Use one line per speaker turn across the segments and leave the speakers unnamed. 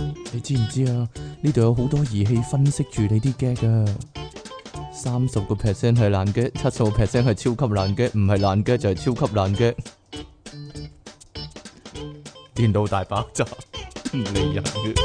唔知啊，呢度有好多儀器分析住你啲 gag 噶。三十個 percent 係爛 gag，七十個 percent 係超級爛 gag，唔係爛 gag 就係超級爛 gag。電腦大爆炸， 唔理人嘅。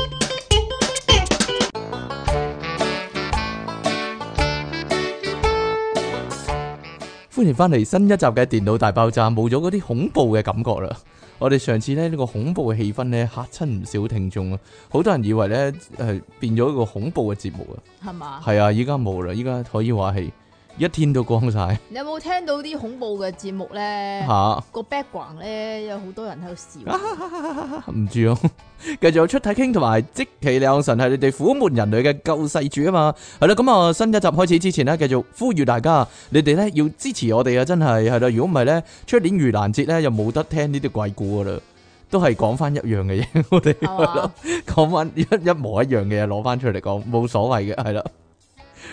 歡迎翻嚟新一集嘅電腦大爆炸，冇咗嗰啲恐怖嘅感覺啦。我哋上次咧呢、呢個恐怖嘅氣氛咧嚇親唔少聽眾啊，好多人以為咧係變咗一個恐怖嘅節目啊。
系嘛？
係啊，依家冇啦，依家可以話係一天都光晒
你有冇聽到啲恐怖嘅節目咧？
吓，
個 background 咧有好多人喺度笑，
唔知啊。 繼續有出體傾同埋即其兩神係你哋苦悶人類嘅救世主啊嘛，係啦，咁啊新一集開始之前呢，繼續呼籲大家，你哋咧要支持我哋啊，真係係啦，如果唔係咧，出年盂蘭節咧又冇得聽呢啲鬼故噶啦，都係講翻一樣嘅嘢， 我哋
係
係咯
嘛？
講翻一一模一樣嘅嘢攞翻出嚟講，冇所謂嘅係啦，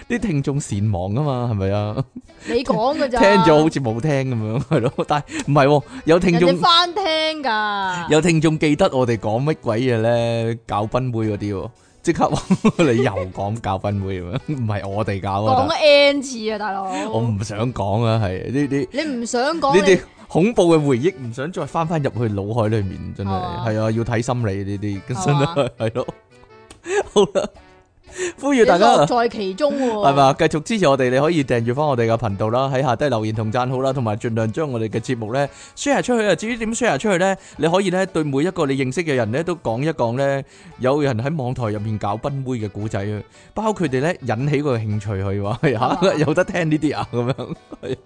啲聽眾善忘啊嘛，係咪啊？
你講嘅咋？
聽咗好似冇聽咁樣，係咯。 但係唔係喎，有聽
人哋
眾
翻聽㗎，
有聽眾記得我哋講乜鬼嘢咧？搞賓妹嗰啲喎，即刻話 你又講搞賓妹咁樣，唔係我哋搞
講
啊！
咗 n 次啊，大佬。
但我唔想講啊，係呢啲
你唔想講
呢啲
你
恐怖嘅回憶，唔想再翻翻入去腦海裡面，真係
係嘛
係啊，要睇心理呢啲，真
係
係係咯。好啦，呼籲
你
大家啊
樂在其中喎，
系？嘛？啊繼續支持我哋，你可以訂閱翻我哋嘅頻道啦，喺下低留言同讚好啦，同埋盡量將我哋嘅節目咧 share 出去啊。至於點 share 出去咧，你可以咧對每一個你認識嘅人咧都講一講咧，有人喺網台入面搞賓妹嘅古仔啊，包括佢哋咧引起個興趣去話係啊
係嘛
有得聽呢啲啊咁樣，係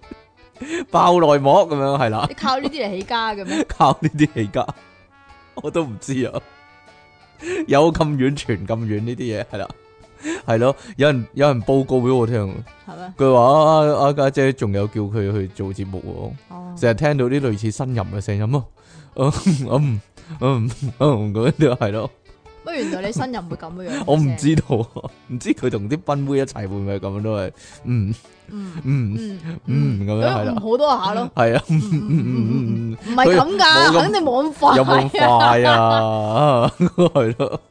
爆內幕咁樣係啦
你，靠呢啲嚟起家嘅咩？
靠呢啲起家，我都唔知啊。有咁遠傳咁遠呢啲嘢係啦，係咯，有人有人報告俾我聽。
係咩？
佢話啊啊家姐仲有叫佢去做節目
哦
喎，，成日聽到啲類似呻吟嘅聲音咯，嗯嗯嗯嗯咁樣就係咯，
不過原來你呻吟會咁樣。
我唔。知道，唔知佢同啲賓妹一齊會唔會咁樣都係，嗯
嗯
嗯
嗯
嗯咁樣係
唔
啦，
好多下咯，
係啊，嗯嗯嗯嗯
唔係
佢冇
咁㗎，
咁
肯定冇咁快。
嗯，有冇咁快啊？係咯，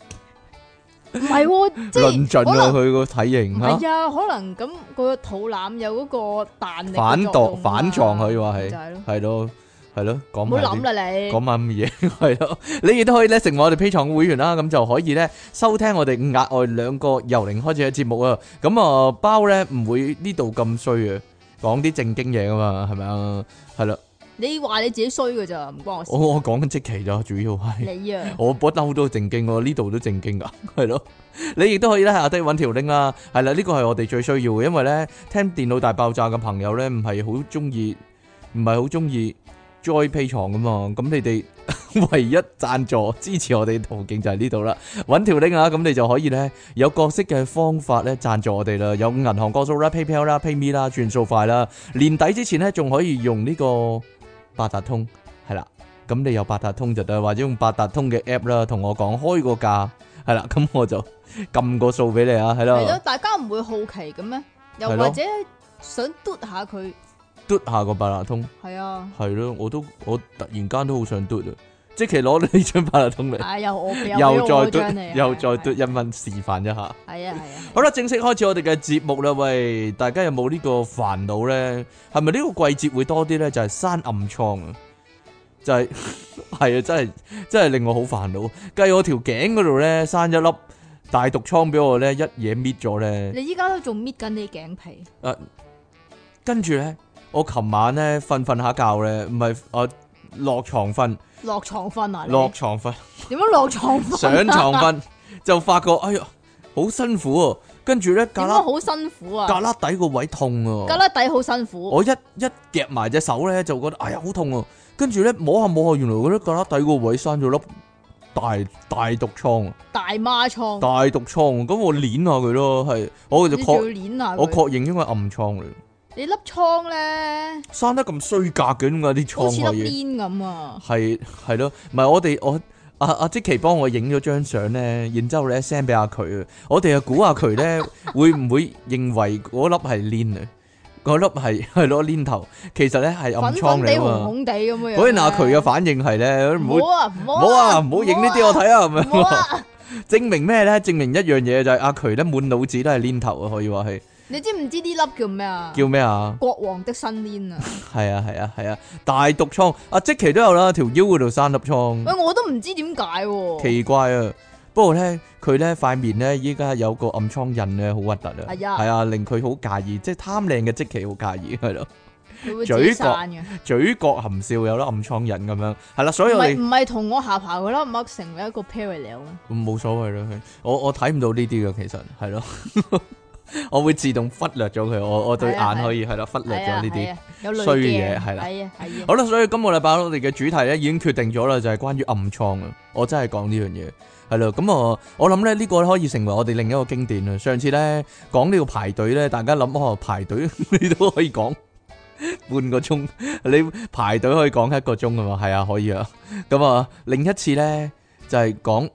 唔係喎，即
論盡
係可
啊
能。
佢個體型
唔
嚇
係，啊，可能咁佢個肚腩有嗰個彈力
反
作
墮
用啊
反撞佢話
就
係
係咯，
係咯係咯，講
唔
埋
好
啲
諗啦你，
講晚咁嘢， 係咯，你亦都可以咧成為我哋 P 廠會員啦，咁就可以咧收聽我哋額外兩個由零開始嘅節目啊。咁啊，包咧唔會呢度咁衰啊，講啲正經嘢噶嘛，係咪啊？係啦，
你話你自己衰嘅咋，唔關我事
我。我講緊即期咋，主要哦係。
你啊，
我不嬲都正經喎，呢度都正經噶， 係咯。你亦都可以咧下低揾條 link 啦，係啦，呢個係我哋最需要嘅，因為咧聽電腦大爆炸嘅朋友咧唔係好中意，唔係好中意 join 屁床噶嘛，咁你哋 唯一贊助支持我哋嘅途徑就係呢度啦，揾條 link 啊，咁你就可以咧有各式嘅方法咧贊助我哋啦，有銀行個數啦、PayPal 啦、PayMe 啦、轉數快啦，年底之前咧仲可以用呢個八達通，係啦。咁你有八達通就得，或者用八達通嘅 app 啦，同我講開個價，係啦， 咁我就撳個數俾你啊，係
係咯
啦，，
大家唔會好奇嘅咩？又
係咯
或者想嘟下佢，
嘟下個八達通，
係啊，
係咯，我都我突然間都好想嘟啊，即其攞你張八達通嚟，
啊又我
又再
嘟
嘟，又再嘟，一蚊示範一下。
啊係啊係啊，
好啦，正式開始我哋嘅節目啦，喂，大家有冇呢個煩惱咧？係咪呢個季節會多啲咧？就係、生暗瘡啊，就係 係啊，真係真係令我好煩惱。計我條頸嗰度咧生一粒大毒瘡俾我咧，一嘢搣咗咧，
你依家都仲搣緊你頸皮，
跟住咧我琴晚咧瞓瞓下覺咧，唔係我落床 瞓，
落床瞓啊你？
落床瞓。
點樣落床瞓啊？
上床瞓，就發覺哎呀好辛苦喎、跟住咧
點
格
解
拉
好辛苦
格
啊？
拉底個位痛喎、
格拉底好辛苦，
我一一夾埋隻手咧就覺得哎呀好痛啊，跟住咧摸下摸下，原來嗰啲格拉底個位生咗粒大大毒瘡啊，
大孖瘡，
大毒瘡啊，咁我捻下佢咯，係我就
你仲要
確
攣下
我
佢。
確認應該係暗瘡嚟，
你粒瘡咧，
生得咁衰格嘅點解啲
好似
瘡可以？
粒邊咁啊！
係係咯，唔係我哋我阿阿即奇幫我影咗張相咧，然之後咧 send 俾阿佢啊，我哋啊估下佢咧會唔會認為嗰粒係鏈啊？嗰粒 係係攞鏈頭，其實咧係暗
粉
瘡
粉
嚟
地、
啊
紅
嘛。
紅地咁樣。
嗰陣阿佢嘅反應係咧，唔好
唔好啊，
à,
唔
唔好啊，唔好影呢啲我睇啊咁
唔好
樣。
啊！
證明咩咧？證明一樣嘢就係阿渠咧滿腦子都係黏頭啊，可以話係
你知唔知呢粒叫咩啊？
叫咩啊？
國王的新煙啊！
係啊係啊係啊！大毒瘡，阿即奇都有啦，條腰嗰度生粒瘡。
喂，我都唔知點解喎。
奇怪啊！不過咧，佢咧塊面咧依家有個暗瘡印咧，好核突啊！
係啊
係啊，令佢好介意，即係貪靚嘅即期好介意，係咯，
佢會
嘴
自己散嘅，
嘴角含笑有粒暗瘡印咁樣，係啦，所以
唔
我
係
哋
唔係同我下巴嗰粒墨成為一個 parallel 啊咩？
冇所謂啦。佢我我睇唔到呢啲嘅，其實係咯， 我會自動忽略咗佢，我我對
係啊
眼可以係啦，忽略
係
咗
啊
呢啲
係。啊，有類
衰
嘅
嘢係啦
係啊係啊。
好啦，所以今個禮拜我哋嘅主題咧已經決定咗啦，就係、關於暗瘡啊！我真係講呢樣嘢係啦，咁啊，我諗咧呢個可以成為我哋另一個經典啊！上次咧講呢個排隊咧，大家諗哦排隊 你都可以講半個鐘，你排隊可以講一個鐘啊嘛，係啊可以啊，咁啊另一次咧就係、講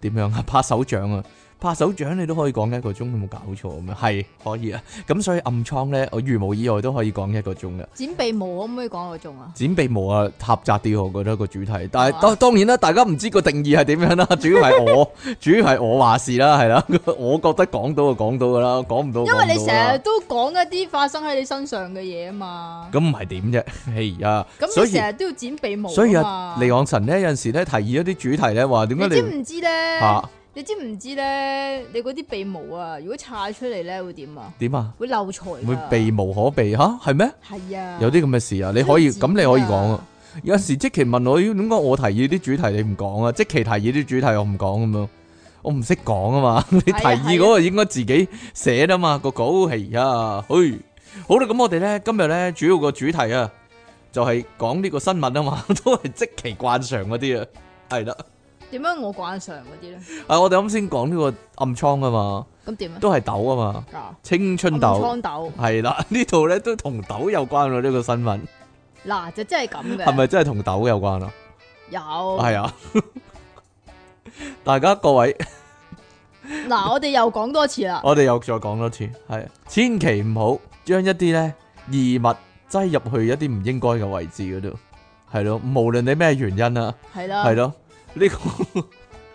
點樣啊拍手掌啊！拍手掌你都可以講一個鐘，有冇搞錯咁樣？係可以啊，咁所以暗瘡咧，我如無意外都可以講一個鐘嘅。
剪鼻毛可唔可以講個鐘啊？
剪鼻毛啊，狹窄啲，我覺得個主題。但係
啊
當當然啦，大家唔知個定義係點樣 啦，主要係我，主要係我話事啦，係啦， 我覺得講到就講到噶啦，講唔到就講唔
因
到啦啊
為你成日都講一啲發生喺你身上嘅嘢啊嘛，
咁唔係點啫？ 哎呀，
咁
所
你
以
成日都要剪鼻毛
所以啊
啊，嘛
李。昂臣咧有陣時咧提議一啲主題咧話點
你
解
知
你
唔知咧？
嚇
你知唔知咧？你嗰啲鼻毛啊，如果拆出嚟咧，會點啊？
點啊？
會漏財㗎。
會避無可避吓？係咩？
係啊，
有啲咁嘅事啊？你可以
剪
咁你可以講啊
啊。
有陣時即期問我咦點解我提議啲主題你唔講啊？即期提議啲主題我唔講咁樣，我唔識講啊 嘛。你提
哎
議嗰個應該自己寫啊嘛，個稿係啊，嘿，好啦，咁我哋咧今日咧主要個主題啊，就係講呢個新聞啊嘛， 都係即期慣常嗰啲啊，係啦。
點樣我慣常嗰啲咧？
啊，我哋啱先講呢個暗瘡啊嘛，
咁點啊？
都係痘啊嘛，
啊，
青春痘
暗瘡豆
係啦，呢度咧都同痘有關喎，呢個新聞
嗱就真係咁嘅，
係咪真係同痘有關啊？
有？
系啊， 大家各位，
嗱，我哋又講多次啦，
我哋又再講多次，係千祈唔好將一啲咧異物擠入去一啲唔應該嘅位置嗰度，係咯，無論你咩原因啊，
係啦，
係咯，呢 個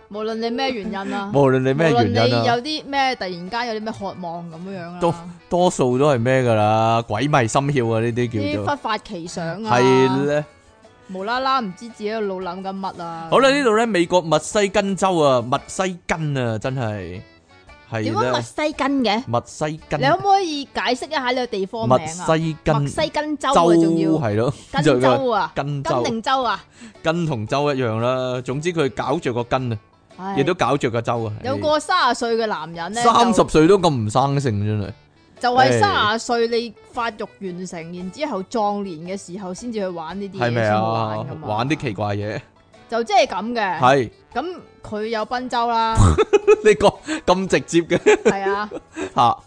無論你咩原因啦，
無論你咩
無論
原因
你有
啊，
啲咩突然間有啲咩渴望咁樣樣啊啦，
都多數都係咩噶啦，鬼迷心竅啊，呢啲叫
啲
做
忽發奇想啊，
係咧。
無啦啦唔知自己喺度腦諗緊乜啊，
好啦，呢度咧美國密西根州啊，密西根啊，真係係
點解墨
咧，
西根嘅？
密西根
你，可唔可以解釋一下呢個地方名
密
啊？
西
墨
根
西根州
州
啊，仲要
係咯，就
根
個
州啊，
根
根
州。
定州啊，
根同州一樣啦，總之佢搞着個根啊，
唉
亦都搞着個州啊。
有個三十歲嘅男人咧，
三
就
十歲都咁唔生性真係，
就係
唉
三十歲你發育完成，然之後壯年嘅時候先至去玩呢啲嘢，
係咪
先好
啊
玩㗎？嘛
玩啲奇怪嘢，
就即係咁嘅。
係
咁佢有賓州啦，
你講咁直接嘅
係啊。
吓，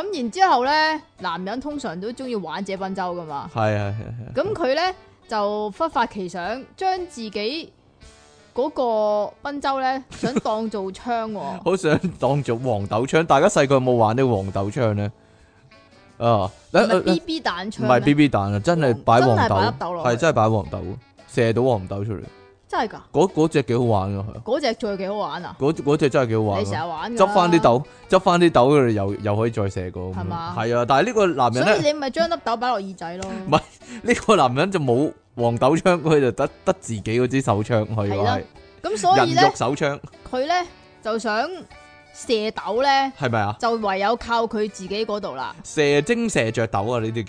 咁然之後咧，男人通常都中意玩自己賓州噶嘛。
係係係係。
咁佢咧就忽發奇想，將自己嗰個賓州咧想當做槍喎
好想當做黃豆槍。大家細個有冇玩呢個黃豆槍咧？啊，
唔 係
誒誒
BB 彈槍
唔係
咩
B B 彈啊，真係擺
真
黃
係擺粒
豆，
豆落去
係真係擺黃豆，射到黃豆出嚟。
真係㗎，
嗰嗰只幾好玩噶，係啊
嗰只最幾好玩啊！
嗰嗰只真係幾好玩
你
㗎
成。日玩㗎啦
執翻啲，豆，執翻啲豆，佢哋又又可以再射過咁樣。
係嘛
係啊，但係呢個男人
所以
咧，
你咪將粒豆擺落耳仔咯。
係 呢個男人就冇黃豆槍，佢就得得自己嗰支手槍，可以話
係咁所
係人
以咧
肉，手槍，
佢咧就想射豆咧，
係咪啊？
就唯有靠佢自己嗰度啦。
射精射着豆啊，呢啲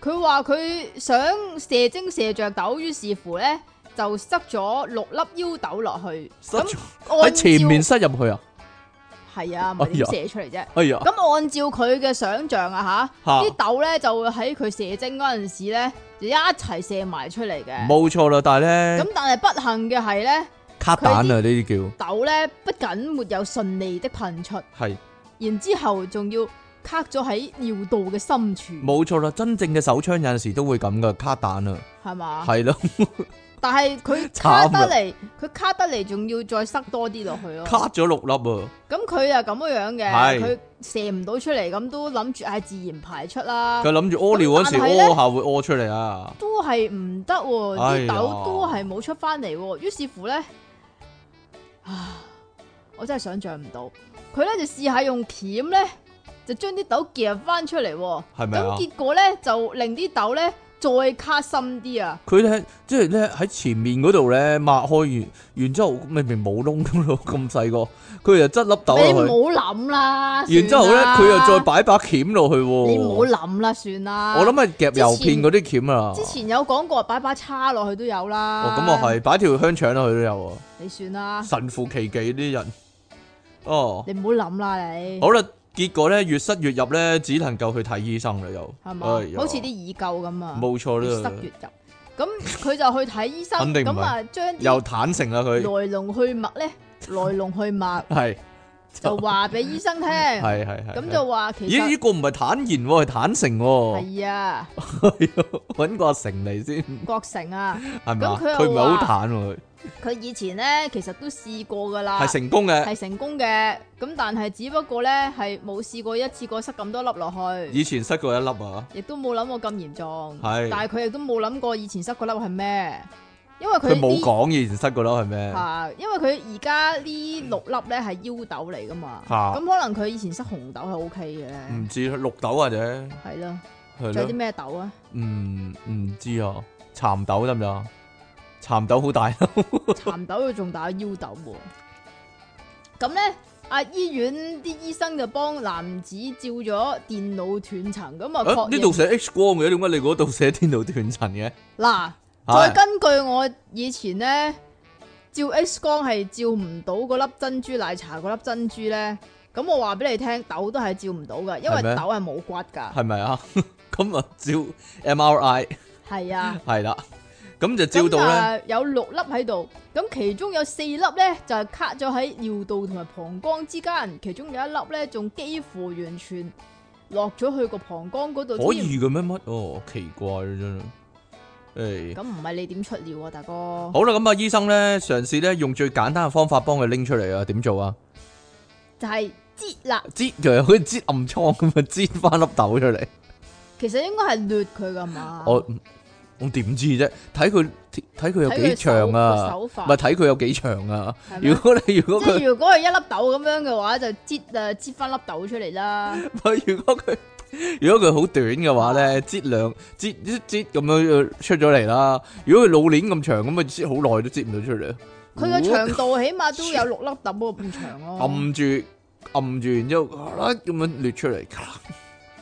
叫
佢話佢想射精射着豆，於是乎咧就塞咗六粒腰豆落去。
塞
咁
咗喺
按照
前面塞入去啊！
係啊，唔係點
哎
射出嚟啫。
哎呀，
咁按照佢嘅想像啊吓，
嚇
啲豆咧就會喺佢射精嗰陣時咧就一齊射埋出嚟嘅。
冇錯啦，但係咧
咁但係不幸嘅係咧，
卡蛋啊，呢啲
豆咧不僅沒有順利的噴出，
叫係
然之後仲要卡咗喺尿道嘅深處，
冇錯啦。真正嘅手槍有陣時都會咁噶，卡蛋啊，
係嘛？
係咯，
但係佢 卡
慘啊
得嚟，佢卡得嚟，仲要再塞多啲落去咯。
卡咗六粒啊，
咁佢又咁樣樣
係
嘅，佢射唔到出嚟，咁都諗住係自然排出啦
佢，諗住屙尿嗰時
啊咁但係呢
屙下會屙出嚟啊，
都係唔得喎，
哎
啲
呀
豆都係冇出翻嚟喎。於是乎咧，啊，我真係想象唔到。佢咧就試下用鉗咧，就將啲豆夾翻出嚟喎。
係咪啊
咁？結果咧就令啲豆咧再卡深啲啊！
佢咧即係咧喺前面嗰度咧抹開完，然之後明明冇窿咁咯， 咁細個，佢又執粒豆
你
落
唔好諗啦。
去，然之後
後
咧佢又再擺把鉗落去喎。
啊你唔好諗啦，算啦。
我諗係夾右邊嗰啲鉗啊。
之前有講過，擺把叉落去都有啦。
哦，咁啊係，擺條香腸落去都有啊。
你算啦，
神乎其技啲人。哦，
你唔好諗啦，你
好啦，結果咧越塞越入咧，只能夠去睇醫生啦又。
係嘛？
哎呀
好似啲耳垢咁啊，
冇錯
越
啦
塞，越入。咁佢就去睇醫生，
肯定唔係
咁啊將啲
又坦誠啦佢，
來龍去脈 咧，來龍去脈
係
就話俾醫生聽，
係係係。
咁就話其
咦？呢
實
個唔係坦然喎，係坦誠喎。
係啊，
揾個阿成嚟先，
郭成啊，
係咪啊？
咁佢又
佢唔係好坦喎，
佢以前咧其實都試過噶啦
係，成功嘅。
啊係成功嘅，咁但係只不過咧係冇試過一次過塞咁多粒落去。
以前塞過一粒啊，
亦都冇諗過咁嚴重，
係
但係佢亦都冇諗過以前塞個粒係咩，因為佢
佢冇
啲
講以前塞過粒係咩？
啊，因為佢而家呢六粒咧係腰豆嚟噶嘛，咁、
啊
可能佢以前塞紅豆係 O K 嘅，
唔知綠豆或者
係咯、
嗯係
仲有啲
咯，
咩豆 啊？
唔唔知啊，蠶豆得唔得啊？蠶豆好大啊粒，
蠶豆要仲大過腰豆喎、咁咧，啊醫院啲醫生就幫男子照咗電腦斷層，咁啊
啊
確
呢度
認
寫 X 光嘅，點解你嗰度寫天腦斷層嘅？
嗱。再
係
根據我以前咧照 X 光係照唔到嗰粒珍珠奶茶嗰粒珍珠咧，咁我話俾你聽，豆都係照唔到噶，因為
係咩
豆係冇骨噶。
係咪啊？ 咁啊照 MRI
係啊，
係啦，咁就照
咁
到咧。
啊有六粒喺度，咁其中有四粒咧就係卡咗喺尿道同埋膀胱之間，其中有一粒咧仲幾乎完全落咗去個膀胱嗰度。
可以嘅咩乜？哦，奇怪啦真係。誒，
咁唔係你點出尿啊，大哥？
好啦，咁啊，醫生咧嘗試咧用最簡單嘅方法幫佢拎出嚟啊，點做啊？
就係擠啦，
擠佢好似擠暗瘡咁啊，擠翻粒豆出嚟。
其實應該係掠佢噶嘛。
我我點知啫？睇佢睇哦佢有
睇佢
幾長
手個
啊？
手法
咪睇佢有幾長啊？
係咩
如果你如果
即
佢
係如果係一粒豆咁樣嘅話，就擠誒擠翻粒豆出嚟啦。
如果佢如果佢好短嘅話
哦
咧，擠兩擠一擠咁樣出咗嚟啦。如果佢老鏈咁長咁咪擠好耐都擠唔到出嚟。
佢嘅長度起碼都有六粒豆咁長咯。
撳住撳住，然之後咔啦咁樣掠出嚟，咔啦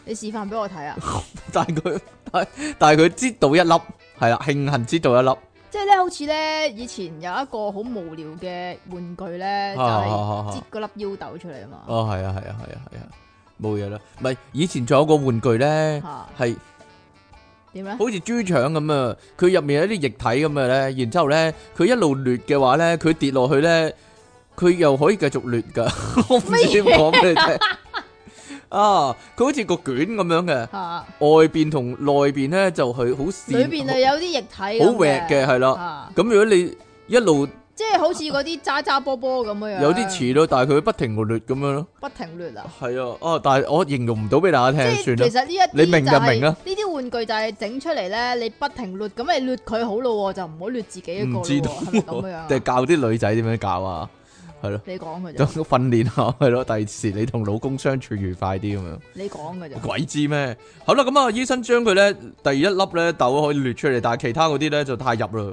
你示範俾我睇啊！
但係佢但係但係佢擠到一粒，係啦，慶幸擠到一粒。
即係咧，好似咧以前有一個好無聊嘅玩具咧，就
啊
係
啊啊
擠嗰粒腰豆出嚟啊嘛。
哦，係啊，係啊，係啊，係啊，冇嘢啦。唔係以前仲有個玩具咧，
嚇
係
啊點咧？
好似豬腸咁啊，佢入面有啲液體咁嘅咧，然之後咧，佢一路掠嘅話咧，佢跌落去咧，佢又可以繼續掠噶。 我唔知點講俾你聽。啊，佢好似個卷咁樣嘅，
嚇
外邊同內邊咧就係好
啊裏
線，
邊啊有啲液體
好
好
滑嘅，係啦。
嚇
咁如果你一路
即係好似嗰啲渣渣波波咁樣樣，
有啲似咯，但係佢不停個掠咁樣咯，
不停掠啊！
係啊，哦，但係我形容唔到俾大家
即
聽，算
係
啦
其，實呢一啲
你明就
係
明啦
呢啲玩具就係整出嚟咧，你不停掠，咁你掠佢好咯喎，就唔好掠自己一個
唔
咯
知
喎，
道
係咪 咁樣啊
定係？教啲女仔點樣教啊，係 咯，
你講嘅
咁
啫，
訓練下係咯，第時你同老公相處愉快啲咁 樣，
你 講嘅啫，
鬼知咩？好啦，咁啊，醫生將佢咧第一粒咧豆可以掠出嚟，但係其他嗰啲咧就太入啦，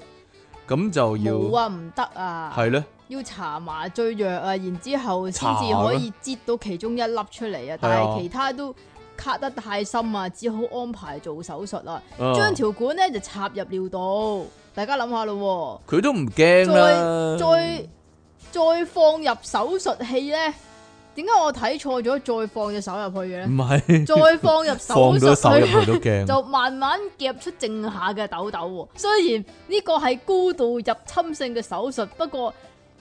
咁就
冇
要
啊，唔得啊，
係咧，
要搽麻醉藥啊，然之後先
搽
至
咩
可以擠到其中一粒出嚟啊，但係其他都卡得太深啊，只好安排做手術啦，
啊
將條管咧就插入尿道，大家諗下咯
佢都唔驚啦，
喎，再再放入手術器咧，點解我睇錯咗？再放隻手入去嘅咧
唔？係
再放入
嗯放咗
手
手
術
入
去，
去 都驚。
就慢慢夾出剩下嘅痘痘喎。雖然呢個係高度入侵性嘅手術，不過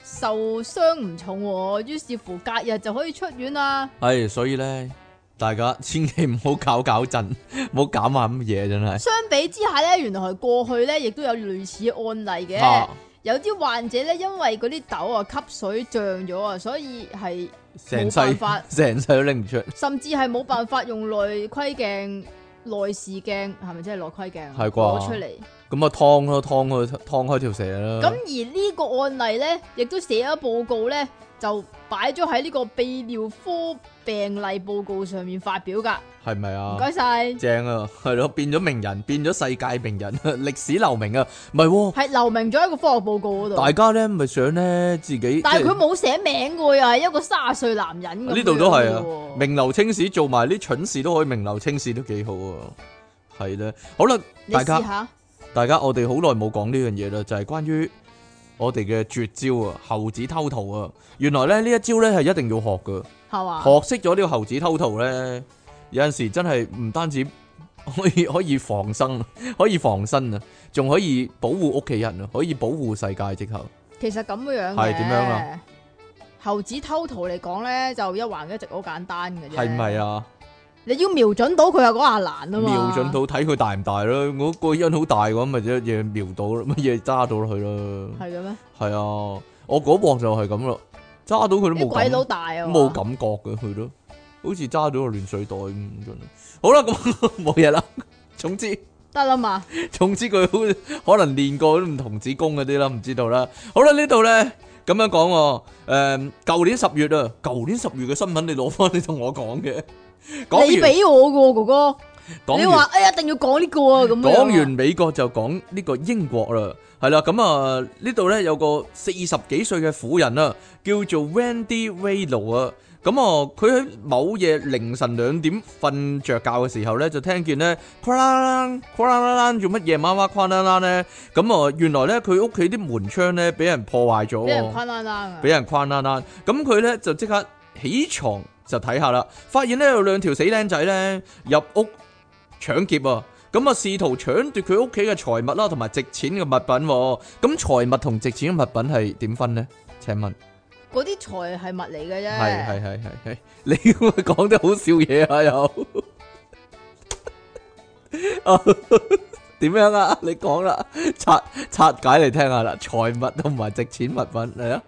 受傷唔重喎，於是乎隔日就可以出院啦。
系，所以咧，大家千祈唔好搞搞震， 唔好搞埋咁嘢，真係。
相比之下呢，原來過去呢亦都有類似嘅案例嘅。
啊，
有啲患者呢，因為嗰啲痘啊吸水漲咗啊，所以係
成
冇
世
辦法
成世都拎唔出，
甚至係冇辦法用內窺鏡、內視鏡係咪即係內窺鏡
係啩
攞出嚟
咁啊，劏咯，劏佢，劏開條蛇啦。
咁而呢個案例咧，亦都寫咗報告咧，就擺咗喺呢個泌尿科病例報告上面發表噶。
係咪
唔
啊？
該晒，
正啊，係咯，變咗名人，變咗世界名人， 歷史留名啊，唔係喎。
係留名咗喺個科學報告嗰
大
度。
家咧咪想咧自己，
但係
即係
佢冇寫名噶，又係一個卅歲男人咁樣喎。
呢度都係啊，名流青史做埋啲蠢事都可以名流青史都幾好啊，係咧。好啦，
你
大
試
家
下
大家我哋好耐冇講呢樣嘢啦，就係關於我哋嘅絕招啊，猴子偷桃啊。原來咧呢一招咧係一定要學噶。
係嘛？
學識咗呢個猴子偷桃咧，有陣時真係唔單止 可以可以防身，可以防身啊，仲可以保護屋企人啊，可以保護世界之後。
其實咁樣嘅
係點樣啊？
猴子偷桃嚟講咧，就一橫一直好簡單嘅啫。
係咪？啊？
你要瞄準到佢係嗰下難啊嘛。
瞄準到睇佢大唔大咯，我個人好大嘅話，咪一嘢瞄到咯， 乜嘢揸到佢咯，
係嘅咩？
係啊，我嗰鑊就係咁咯，揸到佢都
啲
冇
鬼
感
佬大啊！
冇感覺嘅佢都，好似揸到個暖水袋咁真係。好啦，咁 冇嘢啦，總之。
得啦嘛，
總之佢好可能練過啲唔同子宮嗰啲啦，唔知道啦。好啦，呢度咧咁樣講喎，誒、舊年十月啊，舊年十月嘅新聞你攞翻你同我講嘅，
你
講完
俾我嘅喎哥哥。你
講
話
完
哎呀，一定要講呢個啊，咁樣啊
講完美國就講呢個英國啦，係啦，咁啊呢度咧有個四十幾歲嘅婦人啊，叫做 Wendy Waylo 啊。咁啊，佢喺某夜凌晨兩點瞓着覺嘅時候咧，就聽見咧，咵啦啦，咵啦啦啦，做乜夜媽媽咵啦啦咧？咁啊，原來咧佢屋企啲門窗咧俾人破壞咗
俾人
喎，
框啦啦啊
俾！人框啦啦。咁佢咧就即刻起床就睇下啦，發現咧有兩條死僆仔咧入屋搶劫啊！咁啊，試圖搶奪佢屋企嘅財物啦，同埋值錢嘅物品喎。咁財物同值錢嘅物品係點分呢？請問？
嗰啲財係物嚟嘅啫，
係係係係 係，你講得好笑嘢啊又， 啊點樣啊？你講啦，拆拆解嚟聽下啦，財物同埋值錢物品嚟啊！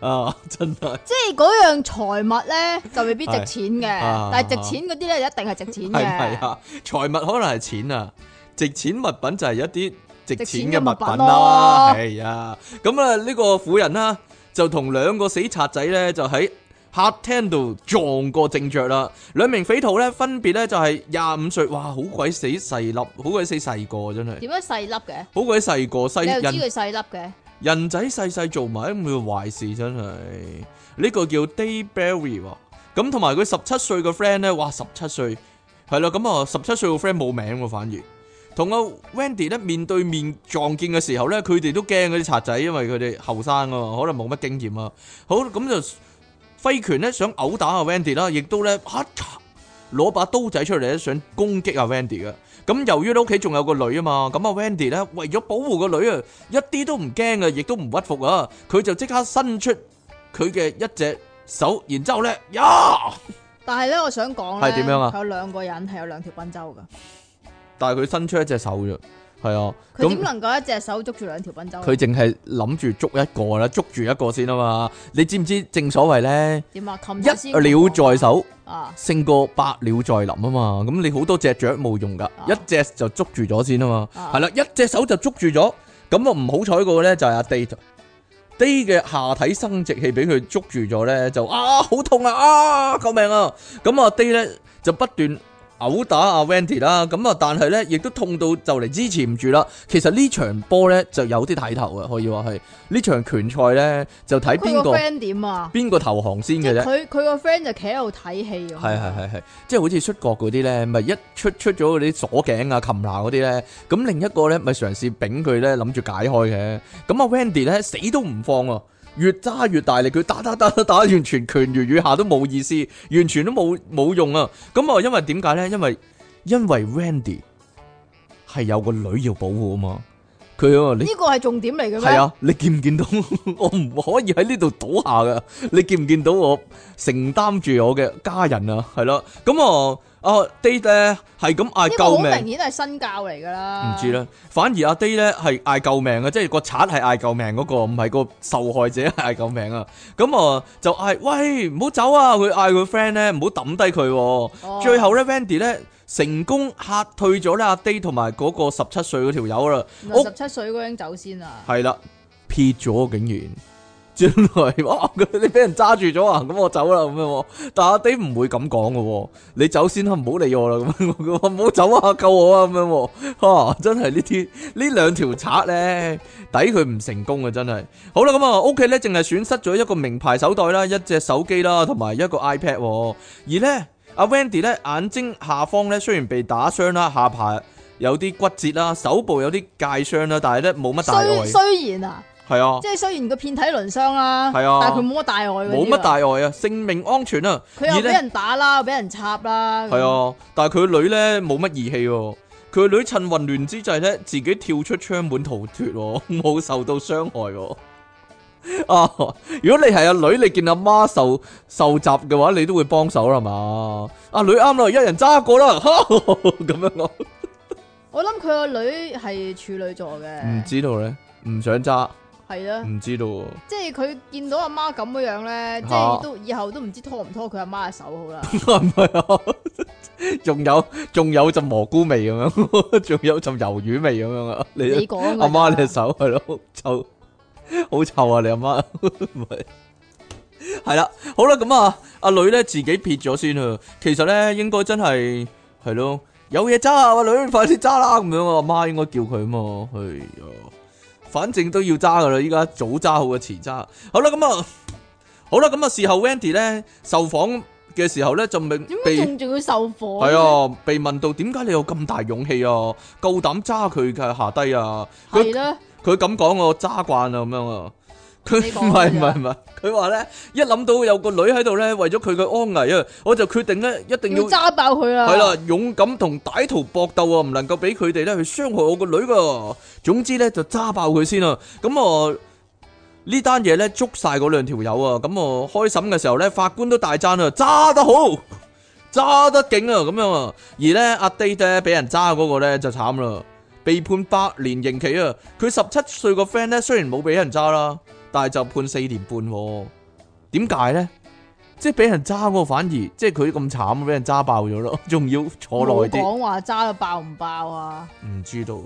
啊，真係
即係嗰樣財物咧就未必值錢嘅
啊，
但係值錢嗰啲咧就一定係值錢
係
嘅。
咪啊？財物可能係錢啊，值錢物品就係一啲值錢嘅物
值錢嘅物
品
品
啦
咯。
係啊，咁啊呢個婦人啦，就同兩個死賊仔咧就喺。客廳度撞過正着啦，兩名匪徒咧分別咧就係廿五歲，哇，好鬼死細粒，好鬼死細個真係，
點樣細粒嘅？
好鬼細個，細
你又知
人
佢細粒嘅？
人仔細細做埋咁嘅壞事真係，呢個叫 Dayberry 喎。咁同埋佢十七歲嘅 friend 咧，哇十七歲，係啦，咁啊十七歲嘅 friend 冇名喎，反而同阿 Wendy 咧面對面撞見嘅時候咧，佢哋都驚嗰啲賊仔，因為佢哋後生啊，可能冇乜經驗啊。好咁就揮拳咧想毆打阿 Wendy 啦，亦都咧嚇攞把刀仔出嚟咧想攻擊阿 Wendy 嘅。咁由於咧屋企仲有個女啊嘛，咁阿 Wendy 咧為咗保護個女啊，一啲都唔驚啊，亦都唔屈服啊，佢就即刻伸出佢嘅一隻手，然之後咧，呀！
但係咧，我想講咧，
係點樣啊
佢有兩個人係有兩條賓州噶，
但係佢伸出一隻手啫，係啊，
佢點
咁
能夠一隻手捉住兩條賓州啊？
佢淨係諗住捉一個啦，捉住一個先啊嘛，你知唔知正所謂咧，
點啊？琴日
一
先
鳥在手。
啊！
勝過百鳥在林啊嘛，咁你好多隻雀冇用噶，一隻就捉住咗先啊嘛，
啊
係啦，一隻手就捉住咗，咁啊唔好彩個咧就係阿 Day，Day 嘅下體生殖器俾佢捉住咗咧，就啊好痛啊啊救命啊！咁啊 Day 咧就不斷殴打阿 Wendy 啦，咁啊但係咧亦都痛到就嚟支持唔住啦。其實呢場波咧就有啲睇頭啊，可以話係呢場拳賽咧就睇邊
佢個
個
friend 點啊？
邊個投降先
即
嘅啫。
係佢佢個 friend 就企喺度睇戲咁。
係係係係，即係好似出國嗰啲咧，咪一出出咗嗰啲鎖頸啊、擒拿嗰啲咧，咁另一個咧咪嘗試丙佢咧，諗住解開嘅。咁啊 Wendy 咧死都唔放啊，越揸越大力，佢打打打打打，完全拳如雨下都冇意思，完全都冇冇用啊。咁啊，因為點解咧？因為因為 Wendy 係有個女要保護啊嘛，佢啊你
呢個係重點嚟嘅咩？
係啊，你見唔見到 我唔可以喺呢度倒下噶？你見唔見到我承擔住我嘅家人啊？係咯，咁啊啊 Day 咧係咁
呢
嗌
個好
救
明
命，
顯係新教嚟㗎
唔
啦。
知。啦。反而阿 Day 咧係嗌救命啊，即係個賊係嗌救命嗰、個，唔係個受害 者係嗌救命啊。咁啊就 à, 嗌喂唔好走啊！佢嗌佢 friend 咧唔好抌低佢喎。
哦
最後咧，Wendy 咧成功嚇退咗咧阿 Day 同埋嗰個十七歲嗰條友啦。
原來17歲嗰個已經走先啦。
係啦，撇咗竟然。將來哇！你俾人揸住咗啊，咁我走啦咁樣喎。但阿爹唔會咁講嘅喎，你走先啦，唔好理我啦咁樣。我唔好走啊，救我啊咁樣喎。 嚇！真係呢啲呢兩條賊咧，抵佢唔成功啊！真係。好啦，咁啊，屋企咧淨係損失咗一個名牌手袋啦，一隻手機啦，同埋一個 iPad 喎。而咧，阿 Wendy 咧眼睛下方咧雖然被打傷啦，下巴有啲骨折 啦，手部有啲界傷啦，但係咧冇乜大礙。係啊。
雖-雖然啊，即係雖然個遍體鱗傷啦，
係啊。
但係佢冇乜大礙嗰啲啊。
冇乜大礙啊，性命安全啊。
佢又
而呢
俾人打啦，又俾人插啦，
係啊，但係佢女咧冇乜義氣喎。佢女趁混亂之際咧，自己跳出窗門逃脱喎， 冇受到傷害喎。 啊！如果你係阿女，你見阿媽受受襲嘅話，你都會幫手啦係嘛？阿女啱啦，一人揸過啦， 咁樣咯。
我諗佢個女係處女座嘅，
唔知道咧，唔想揸，
係啊，
唔知道喎。
即係佢見到阿媽咁樣呢，
嗯嚇。
即係都-以後都唔知拖唔拖佢阿媽嘅手好啦。
系咪啊？仲有仲有陣蘑菇味咁樣， 仲有陣魷魚味咁樣啊！ 你
你講㗎咋。
阿媽你隻手係咯，臭好臭啊！你阿媽 唔係係啦，好啦，咁啊，阿女咧自己撇咗先啊。其實咧應該真係係咯，有嘢揸啊，阿女快啲揸啦咁樣啊！阿媽應該叫佢啊嘛，係啊，反正都要揸噶啦，依家早揸好過遲揸。好啦，咁啊，好啦，咁啊，事後 Wendy 咧受訪嘅時候咧就明
點解
被。
仲-仲要受火
系啊，被問到點解你有咁大勇氣啊，夠膽揸佢嘅下低啊？佢
係啦，
佢咁講我揸慣啦咁樣啊。佢
你
唔
講
係唔
㗎
係唔係，佢話咧一諗到有個女喺度咧，為咗佢嘅安危啊，我就決定咧一定要
要揸爆佢啦。啊
係啦，勇敢同歹徒搏鬥啊，唔能夠俾佢哋咧去傷害我個女噶。總之咧就揸爆佢先啊。咁啊呢單嘢咧捉晒嗰兩條友啊。咁啊開審嘅時候咧，法官都大讚啊，揸得好，揸得勁啊，咁樣啊。而咧阿 Day 咧俾人揸嗰個咧就慘啦，被判八年刑期啊。佢十七歲個 friend 咧雖然冇俾人揸啦，但係就判四年半喎。點解咧？即係俾人揸嗰個反而，即係佢咁慘，俾人揸爆咗咯， 仲要坐耐啲。
冇講話揸到爆唔爆啊。
唔知道喎，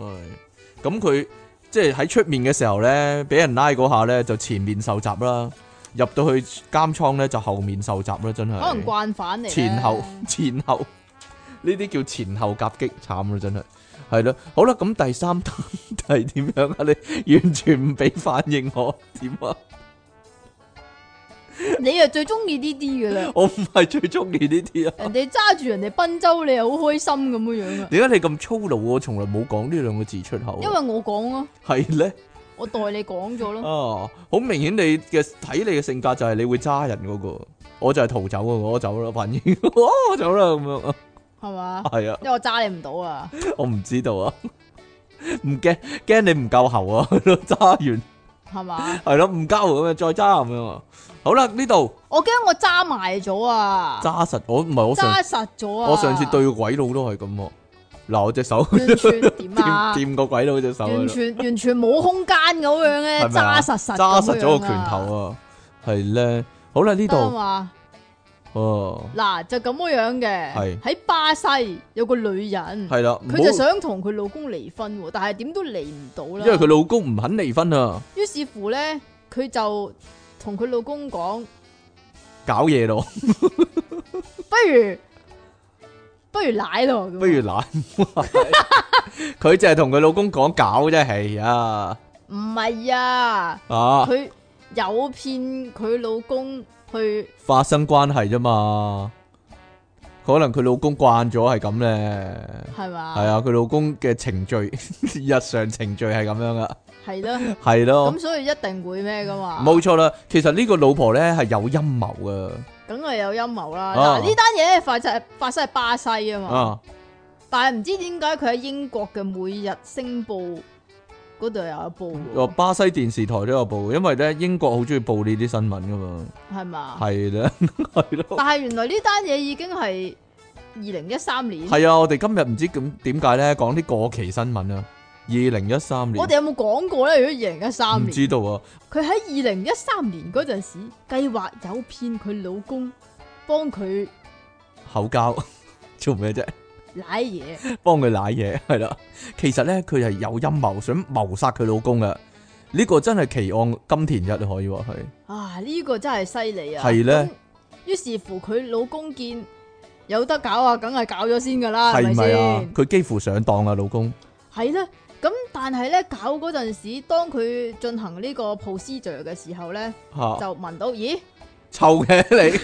唉，咁佢即係喺出面嘅時候咧，俾人拉嗰下咧就前面受襲啦，入到去監倉咧就後面受襲啦，真係。
可能慣犯嚟咧。
前後 前後呢啲叫前後夾擊，慘啦，真係係咯。好啦，咁第三單 係點樣啊？你完全唔俾反應我點啊？
你又最鍾意呢啲㗎 啦。
我唔係最中意呢啲啊。
人哋揸住人哋賓州，你又好開心咁樣樣啊。
點解你咁粗魯？我從來冇講呢兩個字出口啊。
因為我講咯，我代你講
係
咗咯。
咧。哦，好明顯你嘅睇你嘅性格就係你會揸人嗰、個，我就係逃走嗰、個，我走啦，反 正我走啦咁
啊
樣，
係嘛？
係啊，
因為我揸你唔到啊。
我唔知道啊，唔驚驚你唔夠喉啊， 揸完
係嘛？
係咯，唔夠咁樣再揸咁樣啊，好啦，呢度
我驚我揸埋咗啊，
揸實我唔係我上
揸實咗啊。
我上次對個鬼佬都係咁喎，嗱我隻手
完全點啊？
掂掂個鬼佬隻手喺度
完全-完全冇空間咁樣咧，
係咪啊？
揸實實咁樣啊。
揸實咗個拳頭啊，係咧，好啦呢度哦，
得嘛？嗱，就咁樣嘅，
係。
喺巴西有個女人，
係啦，唔好
佢就想同佢老公離婚喎，但係點都離唔到啦。
因為佢老公唔肯離婚啊。
於是乎咧，佢就同佢老公講：
搞嘢咯，
不如不如奶咯。咁
不如懶。 佢就係同佢老公講搞啫，係啊，
唔係啊，
啊，
佢誘騙佢老公去
發生關係啫嘛。可能佢老公慣咗係咁咧，
係嘛？
係，啊，佢老公嘅程序， 日常程序係咁樣 噶，
係啦。
係咯
咁，所以一定會咩噶嘛？
冇，錯啦。其實呢個老婆咧係有陰謀噶，
梗係有陰謀啦。
啊
嗱，呢單嘢發生發生喺巴西啊嘛，
啊，
但係唔知點解佢喺英國嘅每日星報嗰度又有報
哦
喎，
巴西電視台都有報，因為咧英國好中意報呢啲新聞噶嘛，
係嘛？
係 啦，係咯。
但係原來呢單嘢已經係二零一三年。
系啊，我哋今日唔知咁點解咧，講啲過期新聞啊。二零一三年
我，哋有冇講過咧？如果二零一三
唔
年，
知道啊，
佢喺二零一三年嗰陣時，計劃誘騙佢老公幫佢
口交 做咩啫？
濑 嘢，
幫佢舐嘢，係啦。其實咧，佢係有陰謀想謀殺佢老公嘅。呢個真係奇案金田一可以話係。
啊呢、個真係犀利啊！
係呢
咁，於是乎佢老公見有得搞啊，梗係搞咗先噶啦，係
係
咪
咪啊
先？？
佢幾乎上當啊，老公。
係咧，咁但係咧搞嗰陣時，當佢進行呢個 procedure 嘅時候咧，
吓
就聞到咦
臭嘅你，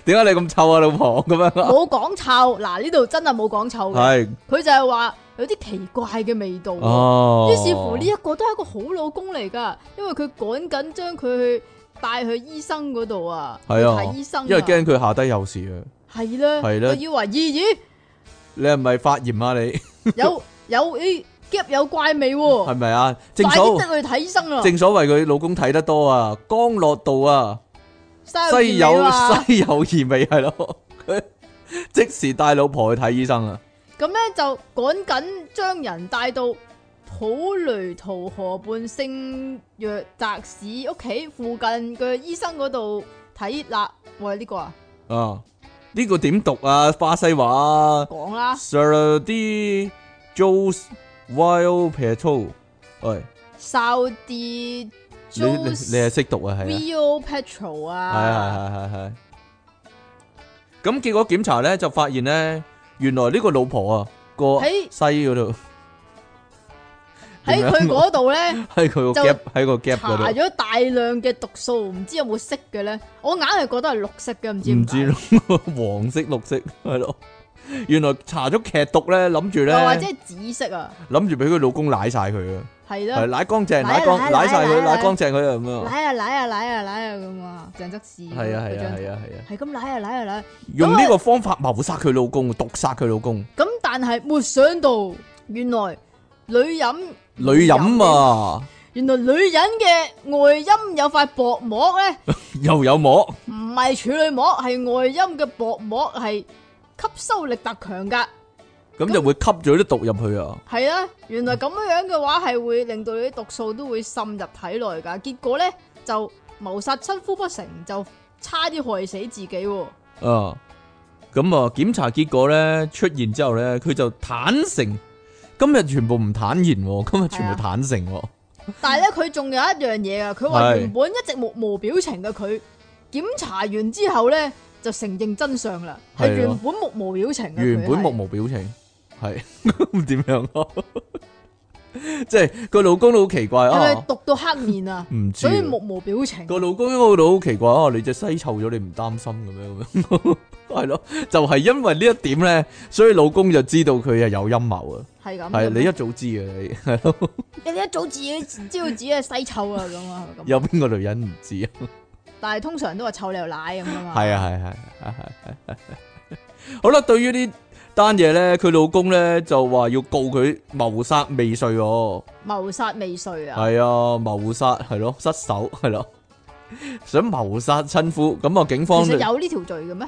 點解你咁臭啊，老婆咁樣啊？
冇講臭，嗱呢度真係冇講臭嘅，
係
佢就係話有啲奇怪嘅味道喎。
哦。
於是乎呢一個都係一個好老公嚟噶，因為佢趕緊將佢去帶去醫生嗰度啊，去
係啊
睇醫生啊，
因為驚佢下低有事啊。
係咧，
係咧
我以為咦
你係咪發炎啊？你
咦 有有咦夾有怪味喎，
係咪啊？正
哦快啲
所
得去睇醫生啦，啊
正所謂佢老公睇得多啊，江落道啊。西
嘥
有
咗啊錢
西有異味係咯， 佢即時帶老婆去睇醫生啊，
咁咧就趕緊將人帶到普雷圖河畔聖若澤市屋企附近嘅醫生嗰度睇啦。喂，呢、個啊，
啊呢個點讀啊？巴西話啊
講啦，
Sir D Jose Wild Petro，喂，
哨啲
你你你係識讀啊？係啊
Rio Petrol
係
啊，
啊，係係係係。咁結果檢查咧就發現咧，原來呢個老婆啊個
喺
西嗰度
喺佢嗰度咧
喺佢個
就
gap 喺個啊 gap
搽
嗰度，
咗大量嘅毒素，唔知有冇色嘅咧？我硬係覺得係綠色嘅，唔知
唔
點
知
解，
咯，黃色綠色係咯。原來搽咗劇毒咧，諗住咧
又或者係紫色啊，
諗住俾佢老公舐晒佢啊，
係
係
啦，
舐乾淨，
舐啊
舐乾，
舐啊
舐晒佢，
舐啊
舐乾淨佢啊咁啊，
舐啊舐啊舐啊舐啊咁啊，鄭則仕
係啊係啊係
啊，
啊係啊，
係咁舐啊舐啊舐啊。
用呢個方法謀殺佢老公，毒殺佢老公，
咁但係沒想到，原來女人
女人，啊
原來女人嘅外陰有塊薄膜咧，
又有膜，
唔係處女膜，係外陰嘅薄膜係吸收力特強噶。
咁就會吸咗啲毒入去啊，
係啊，原來咁樣樣嘅話係會令到你啲毒素都會滲入體內噶，結果咧就謀殺親夫不成就差啲害死 自己喎。
啊，咁啊檢查結果咧出現之後咧，佢就坦誠，今日全部唔坦然喎，今日全部
係啊
坦誠喎，
但係咧佢仲有一樣嘢啊，佢話
係
原本一直目無表情嘅佢，檢查完之後咧就承認真相啦，
係
係
咯
原本目無表情嘅佢係。
原本目無表情，係 咁點樣 啊？即係個老公都好奇怪
係咪
啊，？
毒到黑面啊
唔知
所
啊。
以目無表情。
個老公嗰度好奇怪啊！你隻西臭咗，你唔擔心咁樣咁樣， 係咯？就係因為呢一點咧，所以老公就知道佢係有陰謀啊！
係咁。
係你一早知嘅，你 係咯？
你一早自己知道自己係西臭啊咁 啊，係咪咁？
有邊個女人唔知啊？
但係通常都話臭你又奶咁噶嘛。
係啊，係係係係係係。 好啦，對於呢單嘢咧，佢老公咧就話要告佢謀殺未遂
啊
喎，
謀殺未遂啊！
係啊，謀殺係咯，失手係咯， 想謀殺親夫，咁啊，警
其
方就
實有呢條罪嘅咩？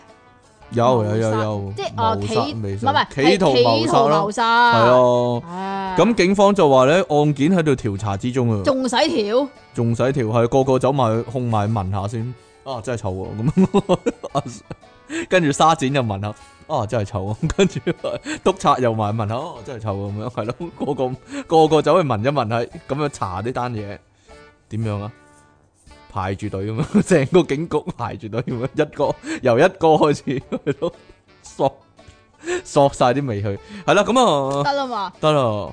有有有
謀殺
有，
即係啊
謀
企
殺
唔
未
係
遂
唔係
企圖謀殺啦
謀。殺
系
啊
啊，咁警方就話咧，案件喺度調查之中啊，
仲使條
仲使調係啊個個走埋去控埋去聞下先，啊真係臭喎咁， 啊跟住沙展又聞下，啊真係臭啊， 跟住督察又埋去聞下，啊真係臭啊咁樣，係咯，個個個個走去聞一聞係，咁樣查呢單嘢點樣啊？排住隊咁樣， 成個警局排住隊咁樣，一個由一個開始，係咯，索索晒啲味去，係啦，咁啊。
得啦嘛？
得啦。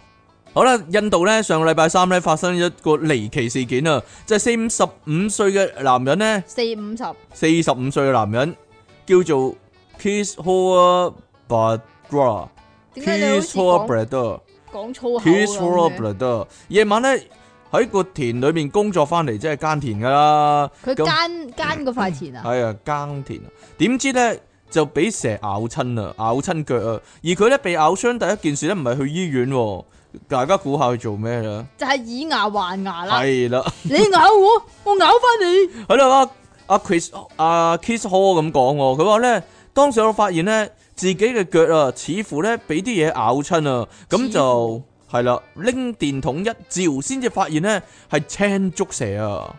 好啦，印度咧上個禮拜三咧發生一個離奇事件啊，即係四五十五歲嘅男人咧，
四五十
四十五歲嘅男人叫做 Kishore Badra。
點解你好似
Kishore
講
Badra。
講粗口
Kishore
咁嘅
Badra。夜晚咧喺個田裏面工作翻嚟，即係耕田噶啦。
佢
咁
奸奸嗰塊田啊，
係啊，耕田啊，點知咧就俾蛇咬親啊，咬親腳啊，而佢咧被咬傷第一件事咧唔係去醫院喎，大家估下佢做咩啦？
就係以牙還牙啦。
係啦，
你咬我，我咬翻你。
係啦，阿阿 Chris 阿 Kiss Hall 咁講喎，佢話咧，當時我發現咧，自己嘅腳啊，似乎咧俾啲嘢咬親啊，咁
似
就
乎
係啦，拎電筒一照先至發現咧係青竹蛇啊，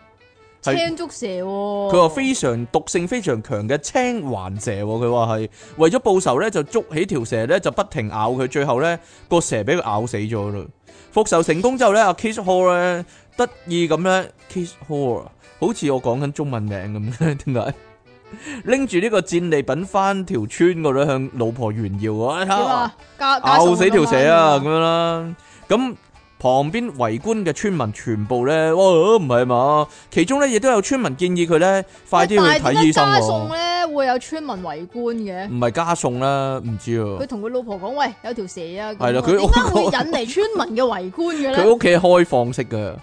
係
青竹蛇喎。
佢話非常毒性非常強嘅青環蛇喎，佢話係為咗報仇呢，就捉起條蛇呢，就不停咬佢，最後呢個蛇俾佢咬死咗啦。復仇成功之後呢，阿 Kiss Hall 呢得意咁呢 Kiss Hall 啊好似我講緊中文名咁 咧，點解？拎住呢個戰利品翻條村嗰度向老婆炫耀啊！你睇
點
下
啊？加加
咬
餸
死條蛇啊，
咁
咁
樣
樣啦。咁旁邊圍觀嘅村民全部咧，哇，唔係嘛？其中咧亦都有村民建議佢咧，快啲
喂
去
但係
睇醫生
點解加餸
喎。
咧會有村民圍觀嘅。
唔係加餸啦，唔知啊
佢。同佢老婆講：喂，有條蛇啊！
係啦佢
點解會
我
引嚟村民嘅圍觀嘅
佢
咧？
屋企開放式嘅，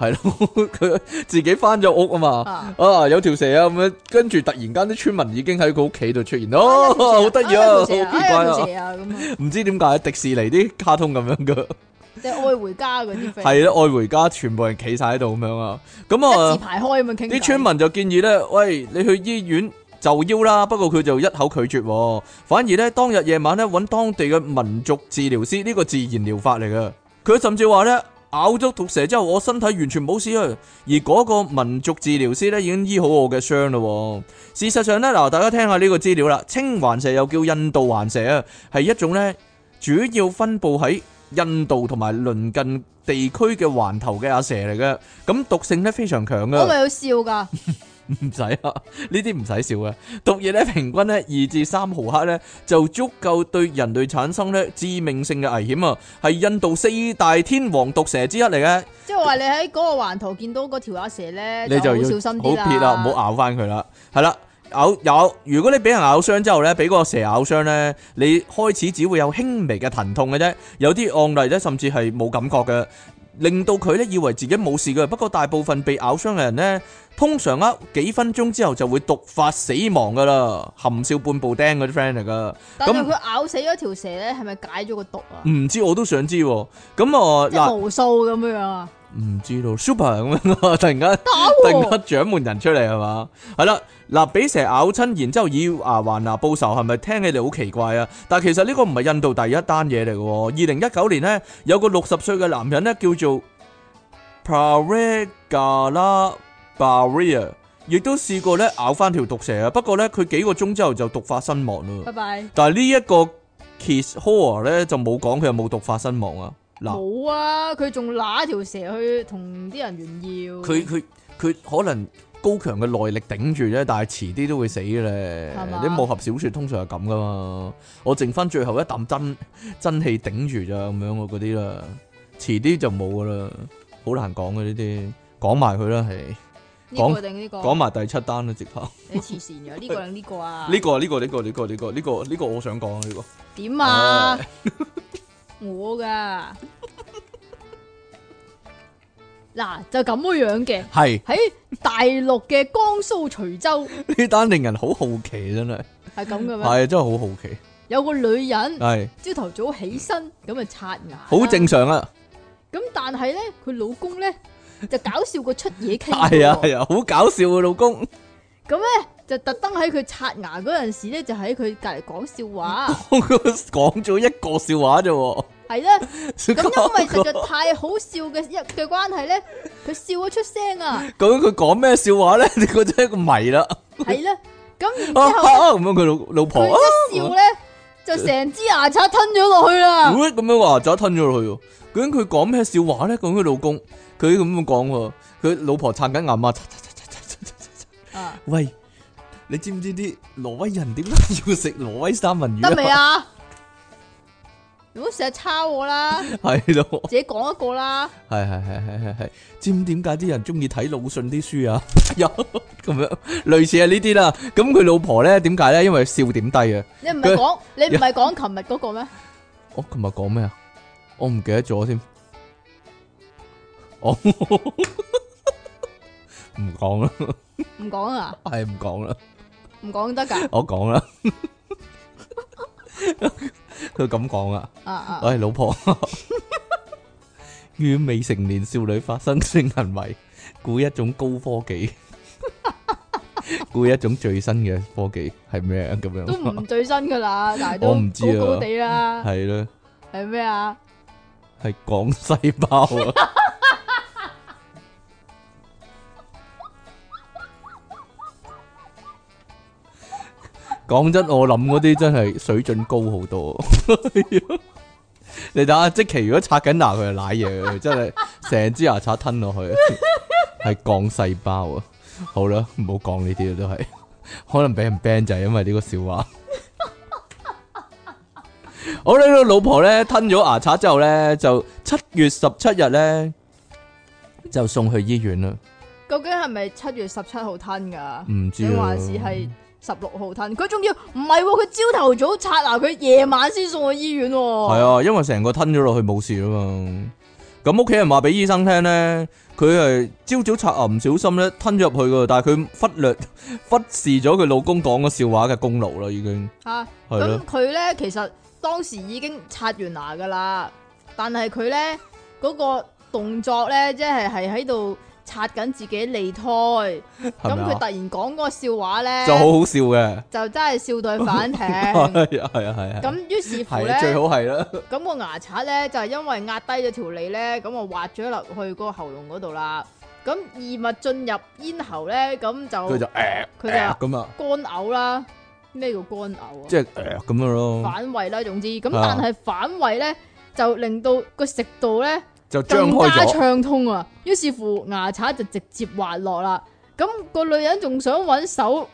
係咯， 佢自己翻咗屋啊嘛。
啊，
啊，有條蛇啊咁樣，跟住突然間啲村民已經喺佢屋企度出現，
啊
哦，好得意啊，好
有條
奇
蛇
怪
啊！有條
啊，
蛇啊！咁啊，
唔知點解迪士尼啲卡通咁樣噶，
即係愛回家嗰啲
係
friend，
啊啦，愛回家全部人企晒喺度咁樣啊，咁啊
一字。排開咁樣傾偈。
啲村民就建議咧，喂，你去醫院就腰啦。不過佢就一口拒絕喎，反而咧當日夜晚咧揾當地嘅民族治療師，呢個自然療法嚟嘅。佢甚至話咧咬咗毒蛇之後，我身體完全冇事啊。而嗰個民族治療師咧已經醫好我嘅傷啦。事實上咧，嗱，大家聽下呢個資料啦。青環蛇又叫印度環蛇啊，係一種咧主要分布喺印度同埋鄰近地區嘅環頭嘅阿蛇嚟嘅。咁毒性咧非常強嘅
我。咪有笑㗎，
唔使啊，呢啲唔使笑嘅。毒液咧平均咧二至三毫克咧就足夠對人類產生咧致命性嘅危險啊！係印度四大天王毒蛇之一嚟嘅，
即係話你喺嗰個環途見到嗰條阿蛇咧，
你就
好
要
小心
好
啲
撇啦，唔好咬翻佢啦。係啦，咬咬，如果你俾人咬傷之後咧，俾個蛇咬傷咧，你開始只會有輕微嘅疼痛嘅啫，有啲案例咧甚至係冇感覺嘅。令到佢咧以為自己冇事嘅，不過大部分被咬傷嘅人呢，通常啊幾分鐘之後就會毒發死亡噶啦，含笑半步釘嗰啲 friend 嚟噶，
但係
咁
佢咬死咗條蛇咧，係咪解咗個毒啊？
唔知我都想知喎，咁啊
即係
嗱，
無數咁樣啊！
唔知道 super 咁樣啊，突然間。
打
定啊
喎，
得掌門人出嚟係嘛？係啦，嗱，俾蛇咬親，然之後以牙還牙報仇，係咪聽起嚟好奇怪啊？但係其實呢個唔係印度第一單嘢嚟嘅喎。二零一九年呢，有個六十歲嘅男人呢，叫做 Paragala Barrier，亦都試過呢咬翻條毒蛇啊。不過呢，佢幾個鐘之後就毒發身亡
拜
啦。
拜。
但係呢一個 Kiss Horror 呢，就冇講佢有冇毒發身亡啊。嗱。
冇啊！佢仲揦條蛇去同啲人炫耀。
佢佢佢可能高強嘅耐力頂住啫，但係遲啲都會死嘅咧。
係嘛
啲武俠小説通常係咁噶嘛，我剩翻最後一啖真 真氣頂住咋咁樣喎嗰啲啦，遲啲就冇噶啦，好難講嘅呢啲。講埋佢啦，係
呢個定呢個？
講埋第七單啦，直頭。
你黐線嘅呢個定呢個啊？
呢個呢個呢個呢個呢個呢個呢個我想講啊呢個。
點 啊？我噶嗱就咁嘅樣嘅
係
喺大陸嘅江蘇徐州
呢單令人好好奇真係，
係咁嘅咩？
係真係好好奇，
有個女人
係
朝頭早起身咁啊刷牙啦，
好正常啊，
咁，但係咧佢老公咧就搞笑過出嘢傾喎，
係啊係啊，好搞笑啊老公，
咁咧就特登喺佢刷牙嗰陣時咧就喺佢隔離講笑話，
講咗一個笑話啫喎。
係咧。 咁因為實
咁
在太好笑嘅一嘅關係咧，佢笑咗出聲 啊，
究竟佢講咩笑話咧？ 你覺得一個謎啦。
係咧。咁然之
啊
後
啊咁樣佢老老婆啊，
佢一笑咧，就成支牙刷吞咗落去 啦。
喂啊咁樣話就吞咗落去喎。究竟佢講咩笑話咧？究竟佢老公佢咁樣講喎，佢老婆刷緊牙嘛？嚓嚓嚓嚓嚓嚓嚓嚓
啊
喂，你知唔知啲挪威人點解 要食挪威三文魚
得未？啊？唔好成日抄 我啦，
係咯，
自己講一個啦。
係係係係係係，知唔知點解啲人中意睇魯迅啲書啊？ 有咁樣類似係呢啲啦。咁佢老婆咧點解咧？因為笑點低啊。
你唔係講，你唔係講琴日嗰個咩？
我琴日講咩啊？我唔記得咗添。 我唔講啦，
唔講啊？
係唔講啦，
唔講得㗎？
我講 啦。佢咁講啊，
啊啊！
喂，老婆，與未成年少女發生性行為，估一種高科技，估一種最新嘅科技係咩啊？咁
都
樣
唔最新㗎啦，但係都
我唔知啊
高高地啦，
係啦。
係咩啊？
系講細胞啊！講真，我諗嗰啲真係水準高好多。 你睇下，即其如果刷緊牙，佢就舐嘢，佢真係成支牙刷吞落去，係降細胞啊！好啦，唔好講呢啲啦，都係可能俾人 ban 就係因為呢個笑話。我呢個老婆咧吞咗牙刷之後咧，就七月十七日咧就送去醫院啦。
究竟係咪七月十七號吞噶？
唔知
定
啊
還是係十六號吞？佢仲要唔係喎？佢朝頭早刷牙，佢夜晚先送去醫院喎。
系啊，因為成個吞咗落去冇事啊嘛。咁屋企人話俾醫生聽咧，佢係朝早刷牙唔小心咧吞咗入去噶，但係佢忽略 忽視咗佢老公講嘅笑話嘅功勞啦，已經
吓
係啊咯
咁，佢咧其實當時已經刷完牙噶啦，但係佢咧嗰個動作咧，即係係喺度刷緊自己脷胎。咁
係咪
佢突
啊？
然講嗰個笑話咧，
就好好笑嘅，
就真係笑到佢反艇。
係啊係啊係啊，
咁於是乎
係啊最
咧
好，係啦，
咁個牙刷咧就係因為壓低咗條脷咧，咁我滑咗落去嗰個喉嚨嗰度啦。咁異物進入咽喉咧，咁
佢就
就
誒
佢就
誒呃咁啊，
乾嘔啦。咩叫乾嘔啊？
即係誒咁樣咯，
反胃啦，總之咁，
啊
但係反胃咧就令到個食道咧
就張
更
開
加
咗，
暢通啊，於是乎牙刷就直接滑落啦。咁、個女人仲想揾手，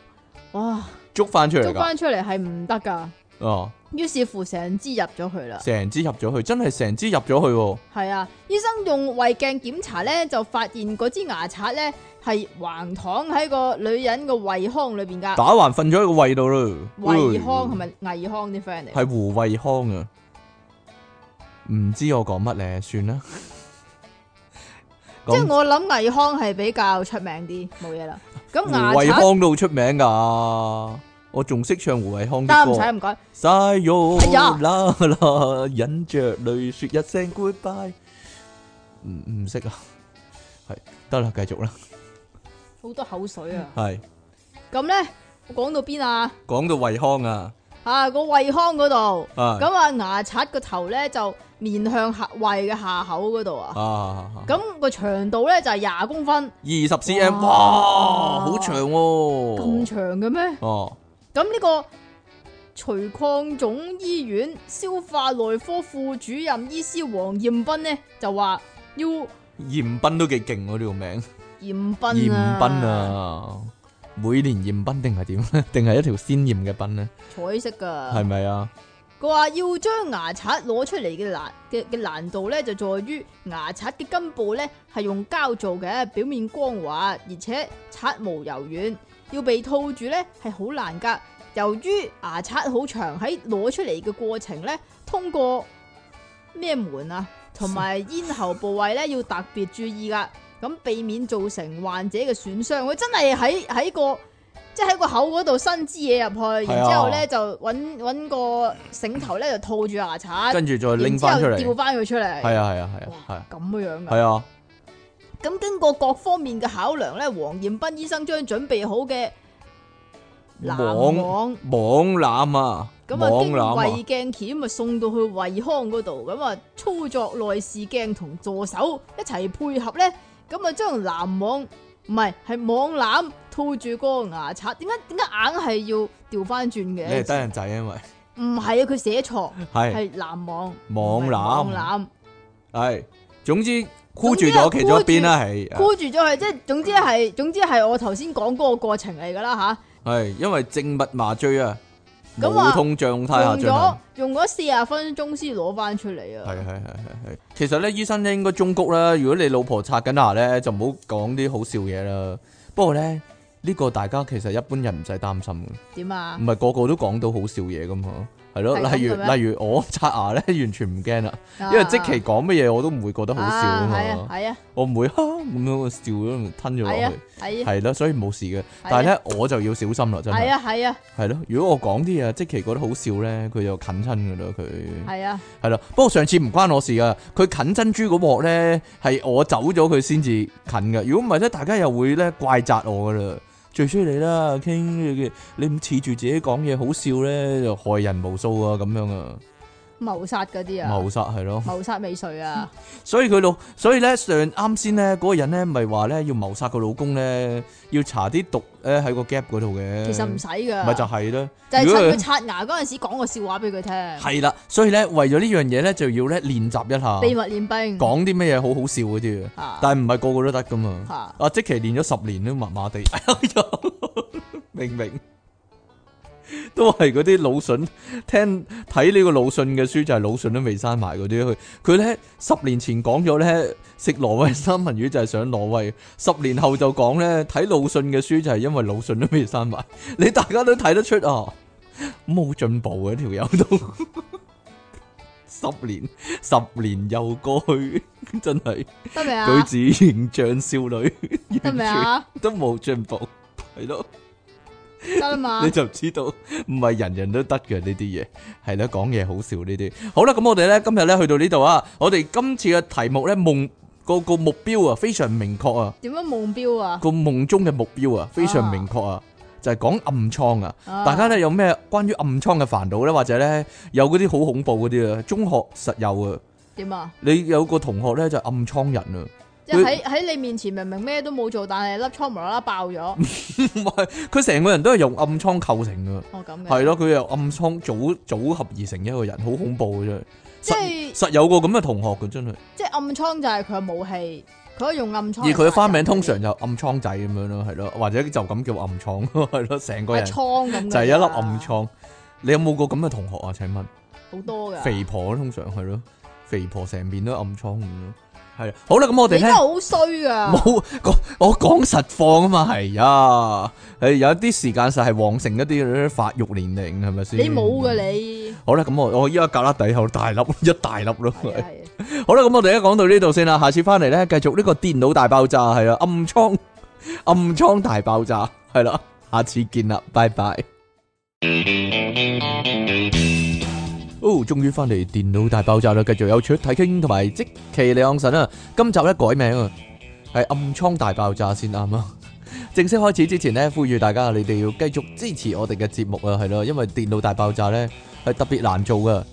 哇，
捉翻出嚟
捉
㗎，
翻出嚟係唔得噶，
哦，
於是乎成支入咗去啦。
成支入咗去，真係成支入咗去喎，
係啊，醫生用胃鏡檢查咧，就發現嗰支牙刷咧係橫躺喺個女人個胃腔裏邊噶。
打橫瞓咗喺個胃度嗯咯，
胃腔係咪危腔啲 friend 嚟？
系胡惠康啊，唔知我講乜咧，算啦。
即係
講
我諗魏康係比較出名啲，冇嘢啦。咁牙
胡惠
刷，
康都好出名噶，我仲識唱胡惠康
得
啲
唔使
歌。
唔該。
晒哟
哎呀
啦啦， 忍着淚說一聲 goodbye。唔唔識啊，係得啦，繼續啦，
好多口水啊！
係
咁咧，我講到邊啊？
講到惠康啊，
啊，個胃腔嗰度，
啊
咁啊牙刷個頭咧就面向下胃嘅下口嗰度啊。
啊，
咁個長度咧就係廿公分，
二十 cm，哇，
哇
好長
咁
喎，
長嘅咩？
哦，
咁呢個徐礦總醫院消化內科副主任醫師黃彦斌呢，就話要
嚴斌都幾勁喎呢個名。
嚴
鹽
斌啊，
賓，啊，每年鹽賓定係點 咧？定係一條鮮鹽嘅賓咧？
彩色㗎。
係咪啊？
佢話要將牙刷攞出嚟嘅難嘅嘅難度咧，就在於牙刷嘅根部咧係用膠做嘅，表面光滑，而且刷毛柔軟，要被套住咧係好難噶。由於牙刷好長，喺攞出嚟嘅過程咧，通過咩門啊，同埋咽喉部位咧要特別注意噶，咁避免造成患者嘅損傷。佢真係喺喺個即係喺個口嗰度伸支嘢入去，
係啊
然之後咧就揾揾個繩頭咧就套住牙刷，
跟住再拎翻出
啊然之後掉
嚟，
翻佢出
係啊
嚟。
係啊係啊係
哇
啊，
咁嘅樣噶。
係啊，
咁經過各方面嘅考量咧，黃彦斌醫生將準備好嘅藍
網
網
網攬啊，
咁啊，
網
經
攬
胃
啊，
鏡鉗啊送到去胃腔嗰度，咁啊操作內視鏡同助手一齊配合咧，咁啊將藍網唔係係網攬套住個牙刷，點解點解硬係要調翻轉
你係
嘅？
低人仔，因為
唔係啊，佢寫錯，
係
係藍網
網啊攬
唔係網
係，總之箍住咗其中一邊啦，係啊
啊攬，箍住咗佢，即係總之係
嗯
總之係我頭先講嗰個過程嚟㗎啦吓。
係，因為靜脈麻醉啊，
咁啊
無痛脹態下
用
進行
咗。用咗四十分鐘先攞翻出嚟
係係
啊！
係係係，其實咧醫生咧應該忠告啦。如果你老婆刷緊牙咧，就唔好講啲好笑嘢啦。不過咧，呢個大家其實一般人唔使擔心嘅。
點啊
唔？係個個都講到好笑嘢噶嘛，係咯，
係咁
例如
嘅咩
例如我刷牙咧，完全唔驚啦，因為即期講乜嘢我都唔會覺得好笑啊
係啊
嘛，
係啊
我唔會哈咁樣笑咗吞咗
係
落
啊
去，
係啊
係咯，所以冇事嘅。但係咧我就要小心啦，真
係
係
啊係啊
係咯。如果我講啲嘢即期覺得好笑咧，佢就近親噶啦，佢
係啊！
係咯。不過上次唔關我事噶，佢近珍珠嗰鑊咧係我走咗佢先至近噶，如果唔係咧，大家又會咧怪責我噶啦。最衰你啦傾你唔恃住自己講嘢好笑咧，就害人無數啊咁樣啊，
謀殺嗰啲啊，
謀殺嗯係咯。
謀殺未遂啊，
所以佢老，所以咧上啱先咧嗰個人咧，咪話咧要謀殺個老公咧，要搽啲毒咧喺個 gap 嗰度嘅。
其實唔使噶，
咪就係啦。
就係
如果佢
趁佢刷牙嗰陣時講個笑話俾佢聽，
係啦，啊所以咧為咗呢樣嘢咧，就要咧練習一下，
秘密練兵
講啲乜嘢好好笑嗰啲啊。
啊
但係唔係個個都得噶嘛。
嚇
啊，即其練咗十年都麻麻地， 哎呀明明都係嗰啲魯迅聽睇呢個魯迅嘅書就係魯迅都未生埋嗰啲，佢佢咧十年前講咗咧食挪威三文魚就係想挪威，十年後就講咧睇魯迅嘅書就係因為魯迅都未生埋， 你大家都睇得出啊，冇進步嘅條友都 十年十年又過去， 真係。
得未啊？
举止形象少女，
得
完
未
全
啊？
都冇進步，係咯，
得啦嘛
你，就知道唔係人人都得嘅呢啲嘢，係啦，講嘢好笑呢啲。好啦，咁我哋咧今日咧去到呢度啊，我哋今次嘅題目咧夢個個目標啊非常明確啊，
點樣夢標啊？
個夢中嘅目標啊非常明確啊，就係講暗瘡啊。
啊
大家咧有咩關於暗瘡嘅煩惱咧，或者咧有嗰啲好恐怖嗰啲啊，中學實有啊。
點啊？
你有個同學咧就係暗瘡人啊。
即係喺喺你面前明明咩都冇做，但係粒瘡無啦啦爆咗，
嗯唔係，佢成個人都係用暗瘡構成啊噶，
哦咁嘅，
係咯，佢又暗瘡組組合而成一個人，好恐怖嘅真係。
即
實
係
實有個咁嘅同學嘅真係，
即係暗瘡就係佢嘅武器，佢可以用暗瘡。
而佢嘅花名通常就暗瘡仔咁樣咯，係咯，或者就咁叫暗瘡係咯，成個
係
人
瘡咁，
就係一粒暗，瘡。你有冇個咁嘅同學啊？請問？
好多㗎。
肥婆啊通常係咯，肥婆成面都暗瘡咁咯，係啊。好啦，咁我哋
你真
咧
係。好衰 噶，
冇講，我講實況啊嘛，係啊，係有一啲時間實係旺盛一啲發育年齡係咪先？
你冇
嗯
噶你。
好啦，咁我我依家格拉底後大粒 一大粒咯。
係啊係啊
好啦，咁我哋而家講到呢度先啦，下次翻嚟咧繼續呢個電腦大爆炸係啊，暗瘡暗瘡大爆炸係啦，下次見啦，拜拜。哦，終於翻嚟電腦大爆炸啦，繼續有出睇傾同埋即其李昂神啊，今集咧改名啊，係暗瘡大爆炸先啱啊！ 正式開始之前咧，呼籲大家你哋要繼續支持我哋嘅節目啊，係咯，因為電腦大爆炸咧係特別難做噶，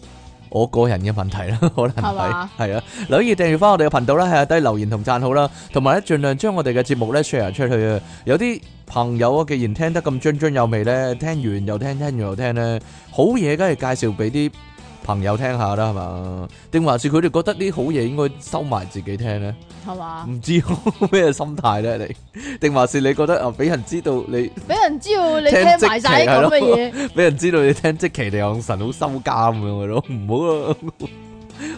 我個人嘅問題啦， 可能
係
係
嘛
係啊，留意訂閱翻我哋嘅頻道啦，係低留言同讚好啦，同埋咧盡量將我哋嘅節目咧 share 出去啊，有啲朋友啊，既然聽得咁津津有味咧，聽完又聽，聽完又聽咧，好嘢梗係介紹俾啲朋友聽下啦，係嘛？定還是佢哋覺得啲好嘢應該收埋自己聽咧？
係嘛？
唔知咩心態咧？你定還是你覺得啊，俾人知道你
俾人知道你
嗯聽
聽埋晒啲咁嘅 嘢，
俾人知道你聽即其利昂神好收監咁樣嘅咯， 唔好啊，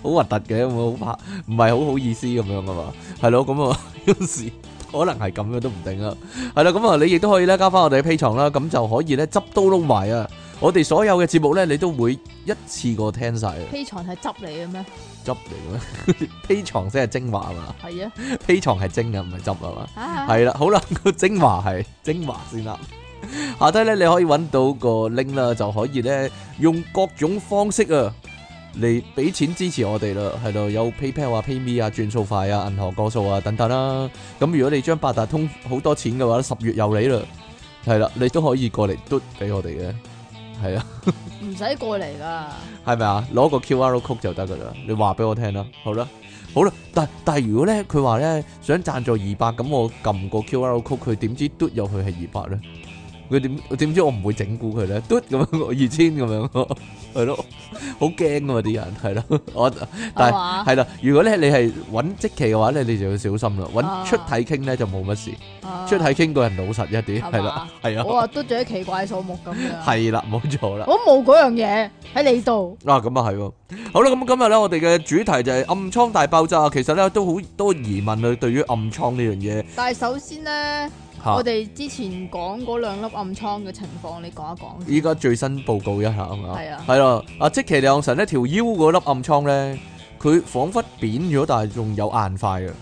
好核突嘅，唔 好怕，唔係好好意思咁樣啊嘛，係咯，咁啊有時可能係咁樣都唔定啊，係啦，咁啊你亦都可以咧加翻我哋嘅 P 床啦，咁就可以咧執刀撈埋啊，我哋所有嘅節目咧你都會一次過聽晒啊，
披床係執嚟嘅咩？
執嚟 嘅 P 床先係精華啊嘛
係啊
，P 床係精啊，唔係執啊嘛。
啊，
系啦，好啦， 個精華係精華先啦。下低咧，你可以揾到個 link 啦，就可以咧用各種方式啊嚟俾錢支持我哋啦，係咯，有 PayPal 啊、PayMe 啊、轉數快啊、銀行個數啊等等啦。咁如果你將八達通好多錢嘅話，十月又嚟啦，係啦，你都可以過嚟嘟俾我哋嘅，係啊，
唔使過嚟噶，
係咪啊？攞個 QR code 就得噶啦，你話俾我聽啦，好啦。好啦，但但係如果咧，佢話咧想贊助二百，咁我撳個 QR code，佢點知嘟入去係二百咧？佢點點知我唔會整蠱佢咧？ 嘟咁樣我二千咁樣， 係咯，好驚噶嘛啲人，係咯， 我但
係
係
嘛？
係啦，如果咧你係揾即期嘅話咧，你就要小心啦，
啊
揾出體傾咧就冇乜事，
啊
出體傾個人老實一啲，
係嘛
係啦，係
我
啊，
話嘟咗啲奇怪數目咁樣，
係啦，冇錯啦。
我冇嗰樣嘢喺你度，
啊，咁啊係喎。好啦，咁今日咧，我哋嘅主題就係暗瘡大爆炸。其實咧都好多疑問啊，對於暗瘡呢樣嘢
但係首先咧，
嚇
我。哋之前講嗰兩粒暗瘡嘅情況，你講一講
依
先。
家最新報告一下啊嘛，
係啊
係啦，阿即其兩神呢條腰嗰粒暗瘡咧，佢彷彿扁咗，但係仲有硬塊啊，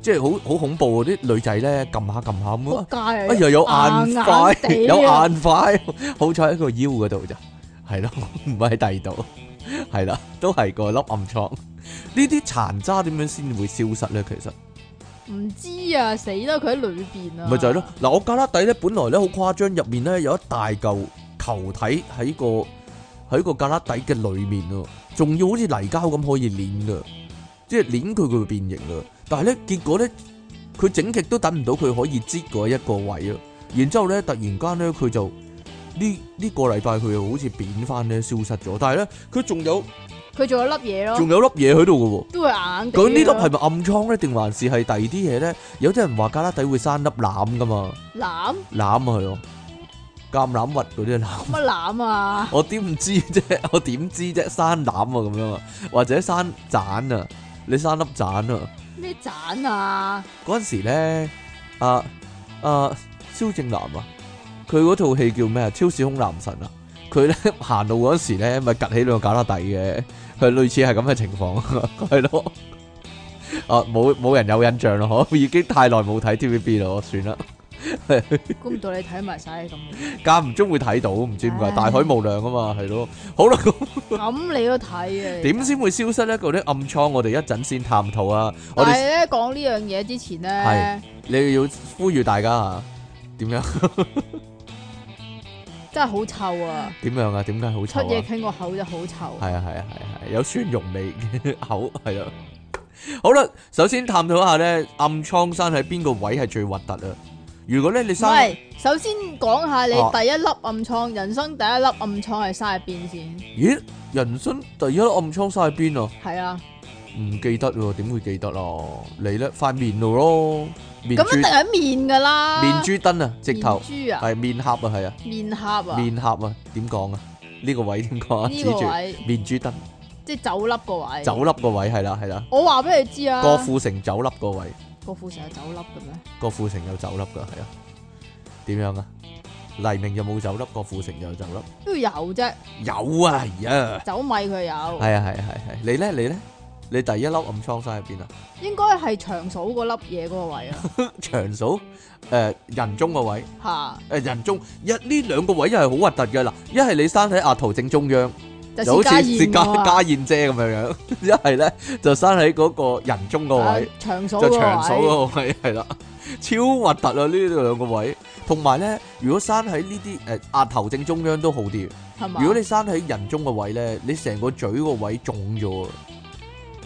即係好好恐怖啊！啲女仔咧撳下撳下咁啊
仆，
哎
街
呀有硬塊，
硬硬地啊
有硬塊，好彩喺個腰嗰度咋，係咯，唔係喺第二度，係啦，都係個粒暗瘡。呢啲殘渣點樣先會消失咧？其實？
唔知啊，死啦！佢喺裏邊啊，
咪就係咯，嗱我旮旯底咧，本來咧好誇張，入面咧有一大嚿球體喺個喺個旮旯底嘅裏面喎，仲要好似泥膠咁可以攣噶，即係攣佢佢會變形啦。但係咧結果咧，佢整極都等唔到佢可以擠嗰一個位啊。然之後咧，突然間咧佢就呢呢、個禮拜佢又好似扁翻咧，消失咗。但係咧佢仲有
佢仲有粒嘢
仲
咯，
有粒嘢喺度嘅喎。
都會硬硬地啊
咁呢粒
咯
係咪暗瘡咧，定還是係第二啲嘢咧？有啲人話加拉底會生粒攬噶嘛，
攬
攬啊係哦，橄欖核嗰啲 攬。
乜攬啊？
我點唔知啫？ 我點知啫？生攬啊咁樣啊，或者生盞啊，你生粒盞啊。
咩盞啊？
嗰陣時咧，啊啊蕭正楠啊，佢嗰套戲叫咩啊？超時空男神啊！佢咧 行路嗰陣時咧，咪趌起兩個旮旯底嘅，佢類似係咁嘅情 況，係咯。啊，冇冇人有印象咯， 嗬，已經太耐冇睇 TVB 啦，我算啦，
公道你睇埋晒 咁嘅，
間唔中會睇到，唔知點解
唉
大海無量啊嘛，係咯。好啦，咁
咁你都睇啊？你
點先會消失呢？嗰啲暗瘡，我哋一陣先探討啊！我哋
但係咧講呢樣嘢之前
係
咧，
你要呼籲大家啊，點樣
真係好臭啊！
點樣啊？點解好
出
臭啊？
嘢傾個口就好臭。
係啊係啊係啊係啊，有蒜蓉味 嘅口係啊。好啦，首先探討下咧，暗瘡生喺邊個位係最核突啊？如果咧你
唔
生
係，首先講下你
啊
第一粒暗瘡，人生第一粒暗瘡係生喺邊先？
咦，人生第一粒暗瘡生喺邊啊？
係啊，
唔記得喎，點會記得咯？你咧塊面度咯，面
咁
珠
一定係面㗎啦。
面珠燈啊，直頭
面珠啊，
係面頰啊，係啊。
面頰啊，
面盒啊，點講啊？呢個位點講啊？指
呢個
住
位
面珠燈
即係酒粒個位。
酒粒個位係啦係啦，
我話俾你知啊，
郭富城酒粒個位，
郭富城有酒粒嘅咩？
郭富城有酒粒噶係啊？點樣啊？黎明有冇酒粒？郭富城有酒粒？
都有啫，
有啊，係啊，
酒米佢
係
有，
啊係啊係係，你咧你咧，你第一粒暗瘡生喺邊 啊？
應該係長嫂嗰粒嘢嗰個 位啊，
長嫂誒人中個位。
嚇
誒人中一呢兩個位又係好核突嘅嗱，一係你生喺額頭正中央，
就
就好
薛家
似
燕
家
嗰個啊
家燕姐咁樣 樣；一係咧就生喺嗰個人中個
啊
位。
長嫂
就
嗰個
長手
位，
嗰個位係啦，超核突啊！呢兩個位，同埋咧，如果生喺呢啲誒額頭正中央都好啲。
係嘛？
如果你生喺人中個位咧，你成個嘴個位腫咗啊，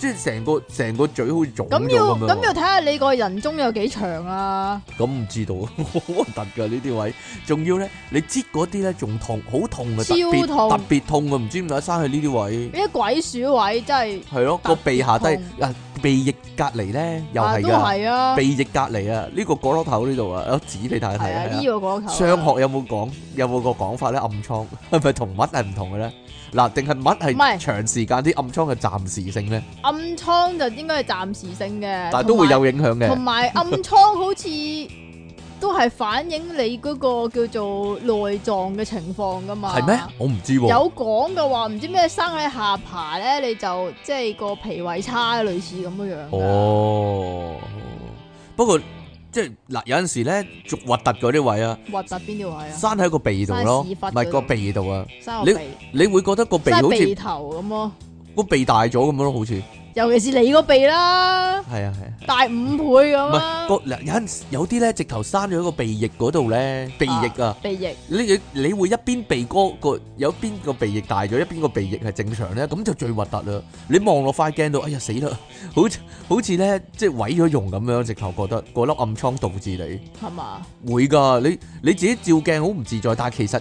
即係成個成個嘴好似腫咗
咁要
咁
咁要
樣啊。
睇下你個人中有幾長啊啦，
咁唔知道， 好核突㗎呢啲位。仲要咧，你擠嗰啲咧仲痛，好痛啊！特別
超痛
特別痛啊！唔知點解生喺呢啲位，
呢啲鬼鼠位真係
係咯個鼻下低
特別
啊，鼻翼隔離咧又
啊
係
都
㗎，
係啊，
鼻翼隔離啊，呢個角落頭呢度啊，有指俾大家睇
係
啊
啊，
係啊
呢。個嗰頭啊
商學有冇講有冇個講法咧？暗瘡係咪同乜係唔同嘅咧？嗱，定係乜係
唔係
長時間啲暗瘡嘅暫時性咧？
暗瘡就應該係暫時性嘅，
但係都會有影響
同埋，
嘅
同。埋暗瘡好似都係反映你嗰個叫做內臟嘅情況噶嘛，
係咩？我唔知喎。
有講嘅話，唔知咩生喺下巴咧，你就即係個脾胃差，類似咁樣樣。，
哦，不過即係嗱，有陣時咧，逐核突嗰啲位啊，
核突邊條位啊？
生喺個鼻度咯，
生
唔
喺屎忽嗰度
係個鼻度啊，
生個鼻，
你會覺得個鼻
生
好
鼻
似
頭咁咯。
個鼻大咗咁樣咯，好似
尤其是你個鼻啦，
係啊係啊。
大五倍咁啊
唔係
啦
個。嗱有陣時有啲咧，直頭生咗喺個鼻翼嗰度咧，鼻翼啊。
鼻翼
你你你會一邊鼻哥個有邊個鼻翼大咗，一邊個鼻翼係正常咧，咁就最核突啦！你望落塊鏡度，哎呀死啦，好似好似咧即係毀咗容咁樣，直頭覺得嗰粒暗瘡導致
係嘛？
你會㗎，你你自己照鏡好唔自在，但係其實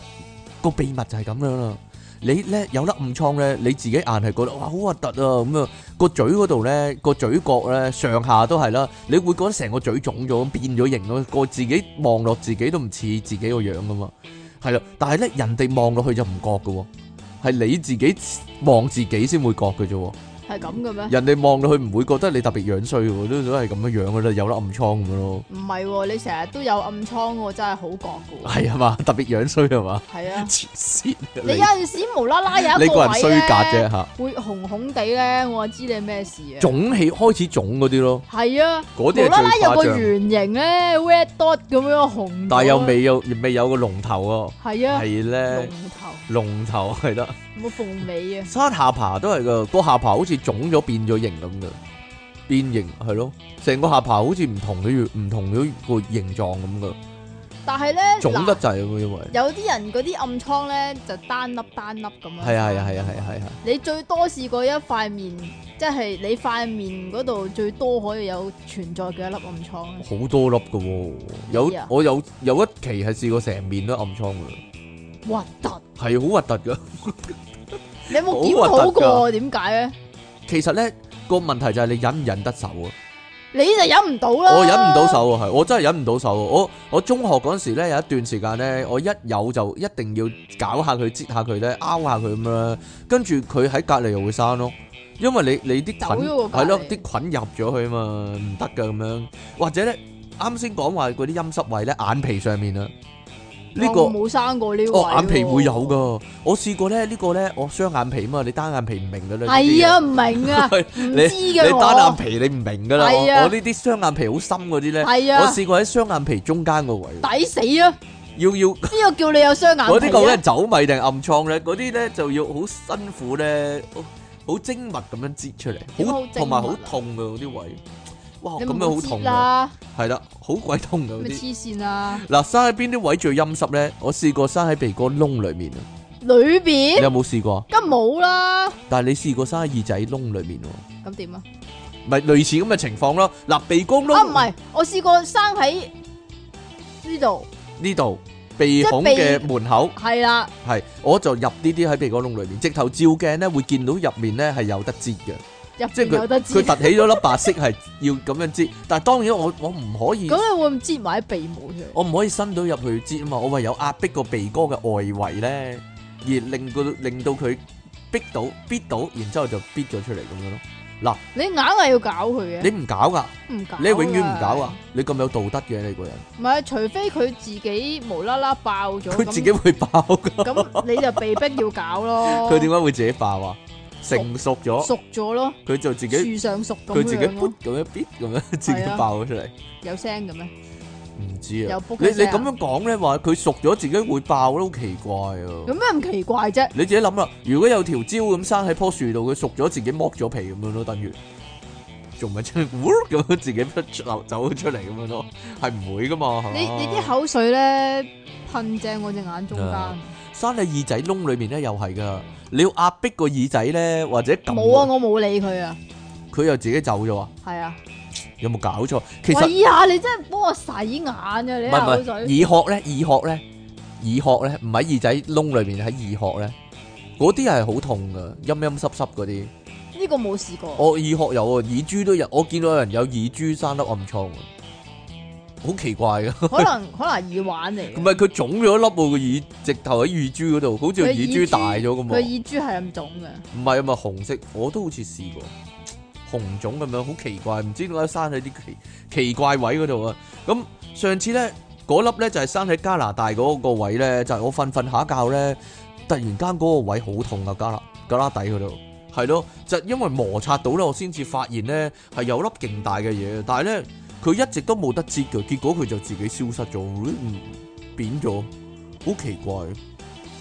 個秘密就係咁樣啦。你咧有粒暗瘡咧，你自己硬係覺得哇好核突啊咁啊，個嘴嗰度咧個嘴角咧上下都係啦，你會覺得成個嘴腫咗，變咗形咯，個自己望落自己都唔似自己個樣噶嘛，係啦，但係咧人哋望落去就唔覺噶喎，係你自己望自己先會覺嘅啫喎。
係咁嘅咩？
人哋望落去唔會覺得你特別樣衰喎，都都係咁樣樣噶啦，有粒暗瘡咁樣咯，
唔係喎，你成日都有暗瘡喎，真係好覺嘅喎。
係啊嘛，特別樣衰係嘛，
係啊，
黐線啊
你有陣時無啦啦有
你
一
個
個
人
位
衰格啫
咧，
嚇，
會紅紅地咧，我就知你咩事啊。
腫起開始腫嗰啲咯，
係啊，
嗰
無
啲係
啦啦
最
有
誇
個
張，
圓形咧，red dot 咁樣紅咗。
但係又未有未有個龍頭
係
喎，
啊。
係咧
龍頭
龍頭 係啦，
冇鳳尾啊，
生下巴都係噶，個下巴好似腫咗變咗形咁嘅， 變形係咯，成個下巴好似唔同咗唔同咗個形狀咁嘅，
但係咧，
腫得
嗱
滯喎，因為
有啲人嗰啲暗瘡咧就單粒單粒咁樣。
係啊係啊係啊係啊係啊，
你最多試過一塊面，即係你塊面嗰度最多可以有存在嘅一粒暗瘡咧？
好多粒嘅喎，有
係啊
我有有一期係試過成面都暗瘡嘅，
核突！
係好核突㗎。
你有冇檢
好核
討
突㗎
過點解咧？
其實咧個問題就係你忍唔忍得手啊？
你就忍唔到啦！
我忍唔到。手啊，係我真係忍唔到手啊！我我中學嗰陣時咧有一段時間咧，我一有就一定要搞下佢、擠下佢咧、拗下佢咁樣啦，跟住佢喺隔離又會生咯。因為你你啲
走
菌
咗個
係咯，
隔離
啲菌入咗去啊嘛，唔得噶咁樣。或者咧，啱先講話嗰啲陰濕位咧，眼皮上面啊，呢、個
我冇生過呢個。
哦眼皮會有。噶。我試過咧，呢、個咧我雙眼皮啊嘛，你單眼皮唔明噶啦。呢啲嘢
係啊，唔 明啊，唔
你
知
你
嘅我。
單眼皮你唔明噶啦，我
係啊
我呢啲雙眼皮好深嗰啲咧，
係
我
啊，
試過喺雙眼皮中間個位，
抵死啊！
要要嗰
邊個叫你有雙眼皮啊？
啲究竟係走米定暗瘡咧？嗰啲咧就要好辛苦咧，好好精密咁樣擠出嚟，
點解好
好
精密啊
同埋好痛嘅嗰啲位，哇
你
咁
咪
樣好
知
痛啊！
啦，
係啦，好鬼痛嘅嗰
咪
啲。
黐線啦！
嗱，生喺邊啲位最陰濕咧？我試過生喺鼻哥窿裏面啊，
裏
你
邊
有冇試過？
梗冇啦，
但係你試過生喺耳仔窿裏面喎，
咁點啊？
咪類似咁嘅情況咯。嗱，鼻哥
啊唔
窿
係，我試過生喺呢度，
呢度鼻
係
孔
鼻
嘅門口。
係啦，
係，我就入呢啲喺鼻哥窿裏面，直頭照鏡咧會見到入面咧係有得擠嘅，
入
即係
邊有得
佢佢
知。
凸起咗粒白色係要咁樣擠，但係當然我我唔可以，
咁你會唔知埋啲鼻毛出嚟？
我唔可以伸到入去擠啊嘛，我唯有壓迫個鼻哥嘅外圍咧，而令到令到佢逼到逼到，然之後就逼咗出嚟咁樣咯。
你硬係要搞佢
你
嘅，
唔搞噶，
你唔搞，
你永遠唔搞啊！！你咁有道德嘅你個人，
唔係，除非佢自己無啦啦爆咗，
佢
咁
自己會爆噶，
咁你就被逼要搞咯。
佢點解會自己爆啊？成熟咗，
熟咗咯？
佢就自己
樹上熟咁
佢自己
樣
噗
咯，
咁樣逼咁樣自己
係啊
爆咗出嚟。
有聲嘅咩？
唔知啊
有，卜
你
嘅
你
聲啊
咁樣講咧，話佢熟咗自己會爆都好奇怪
有
啊！
咩咁奇怪啫？
你自己諗啦，如果有條蕉咁生喺棵樹度，佢熟咗自己剝咗皮咁樣咯，等於仲咪真係喎咁樣自己出流 走咗出嚟咁樣咯，係唔會噶嘛？係嘛
你你啲口水咧噴正我隻眼中間
啊，生喺耳仔窿裏面咧，又係噶，你要壓迫個耳仔咧，或者撳
冇啊！
佢，
我冇理佢啊，
佢又自己走咗啊！
係啊！
有冇搞錯？其實
喂呀，你真係幫我洗眼啊！你
唔係
啲
唔
口
係
水
耳殼咧，耳殼咧，耳殼咧，唔喺耳仔窿裏面，喺耳殼咧，嗰啲係好痛噶，陰陰濕濕嗰啲。
呢個冇試 過，
我耳殼有啊，耳珠都有，我見到有人有耳珠生粒暗瘡啊，好奇怪噶。
可能可能耳環嚟
唔
嘅。
係佢腫咗粒喎個耳，直頭喺耳珠嗰度，好似
佢
耳珠大咗咁
佢
喎。
耳珠係咁腫嘅，
唔係啊嘛，紅色我都好似試過紅腫咁樣，好奇怪，唔知點解生喺啲奇奇怪位嗰度啊！咁上次咧嗰粒咧就係生喺加拿大嗰個位咧，就係、我瞓瞓下覺咧，突然間嗰個位好痛啊！加拿加拿底嗰度係咯，就因為摩擦到咧，我先至發現咧係有粒勁大嘅嘢，但係咧佢一直都冇得切嘅，結果佢就自己消失咗，嗯扁咗，好奇怪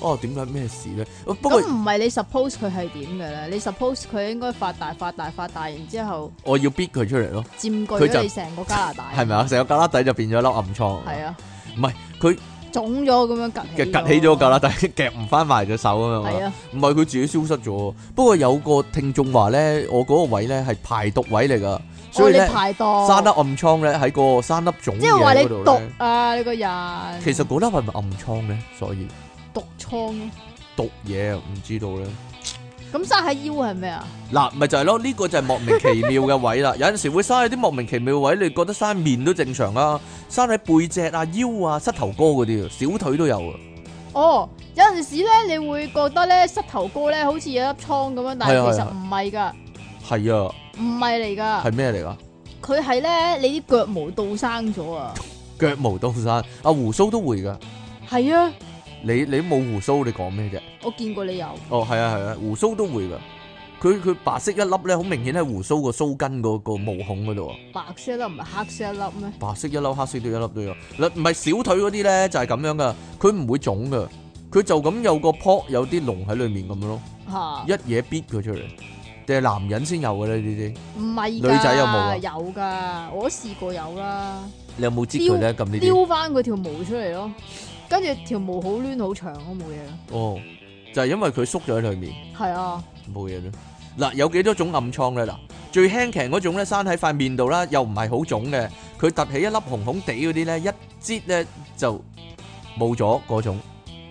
啊！點解咩事咧？啊不過
咁唔係你 suppose 佢係點嘅咧？你 suppose 佢應該發大發大發大，然之後
我要逼佢出嚟咯。
佔據
佢就
咗你成個加拿大，
係咪啊？成個格拉底就變咗粒暗瘡。
係啊，
唔係佢
腫咗咁樣趌
嘅
起
趌起咗個格拉底， 夾唔翻埋隻手咁
係
樣嘛。
啊，
唔係佢自己消失咗。不過有個聽眾話咧，我嗰個位咧係排毒位嚟㗎，所
所
以
以哦你
咧
排檔，
生粒暗瘡咧喺個生粒腫
即係話
嘢
你
嗰度咧。
毒啊！你個人
其實嗰粒係咪暗瘡咧？所以
毒瘡咯。
毒嘢唔知道咧。
咁生喺腰係咩啊？
嗱，咪就係咯，呢個就係莫名其妙嘅位啦。有陣時會生喺啲莫名其妙嘅位，你覺得生面都正常啊，生喺背脊啊、腰啊、膝頭哥嗰啲啊，小腿都有啊。
哦，有陣時咧，你會覺得咧膝頭哥咧好似有粒瘡咁樣，但
係啊
係其
係
實
啊
唔係㗎，
係啊，
唔係嚟㗎。
係咩嚟㗎？
佢係咧你啲腳毛倒生咗啊！
腳毛都生，阿胡鬚都會噶。
係啊，
你你冇胡鬚，你講咩啫？
我見過你有。
哦，係啊係啊，胡鬚都會噶。佢佢白色一粒咧，好明顯喺胡鬚個鬚根嗰個毛孔嗰度啊。
白色一粒唔係黑色一粒咩？
白色一粒，黑色都一粒都有。嗱，唔係小腿嗰啲咧就係咁樣噶，佢唔會腫噶，佢就咁有個泡，有啲膿喺裡面咁樣咯，
吓
一，嘢逼佢出嚟。定係男人先有嘅咧呢
唔係㗎
女仔有冇啊
有㗎，我試過有啦。
啲，你有冇擠佢咧？撳呢啲
撩翻佢條毛出嚟咯，跟住條毛好攣好長咯，冇嘢啦。
哦，就係因為佢縮咗喺裏面。
係啊，
冇嘢啦。嗱，有幾多種暗瘡咧？嗱，最輕騎嗰種咧，生喺塊面度啦，又唔係好腫嘅，佢凸起一粒紅紅地嗰啲咧，一擠咧就冇咗嗰種，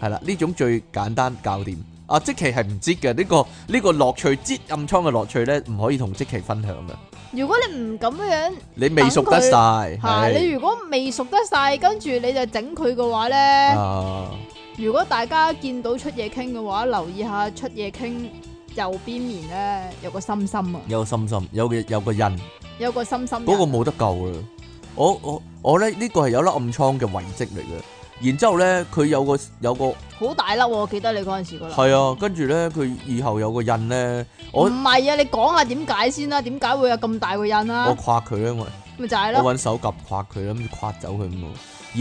係啦，呢種最簡單搞掂。啊，即期係唔擠嘅，呢個呢個樂趣，擠暗瘡嘅樂趣咧，唔可以同即期分享嘅。
如果你唔咁樣
你未熟得
等佢
晒，
嚇，
係
你如果未熟得晒，跟住你就整佢嘅話咧，
啊，
如果大家見到出嘢傾嘅話，留意下出嘢傾右邊面咧有個心心啊，
有個心心，有個有個印，嗰
有個心心人。
個冇得救啦。我我我咧呢個係有粒暗瘡嘅遺跡嚟嘅，然之後咧佢有個有個。
好大粒喎，我記得你嗰陣時個粒。
係啊，跟住咧，佢以後有個印咧，我
唔係啊，你講下點解先啦？點解會有咁大個印
我
啊？
刮佢因為
咪就係
我
咯，
揾手夾刮佢，諗住刮走佢咁喎。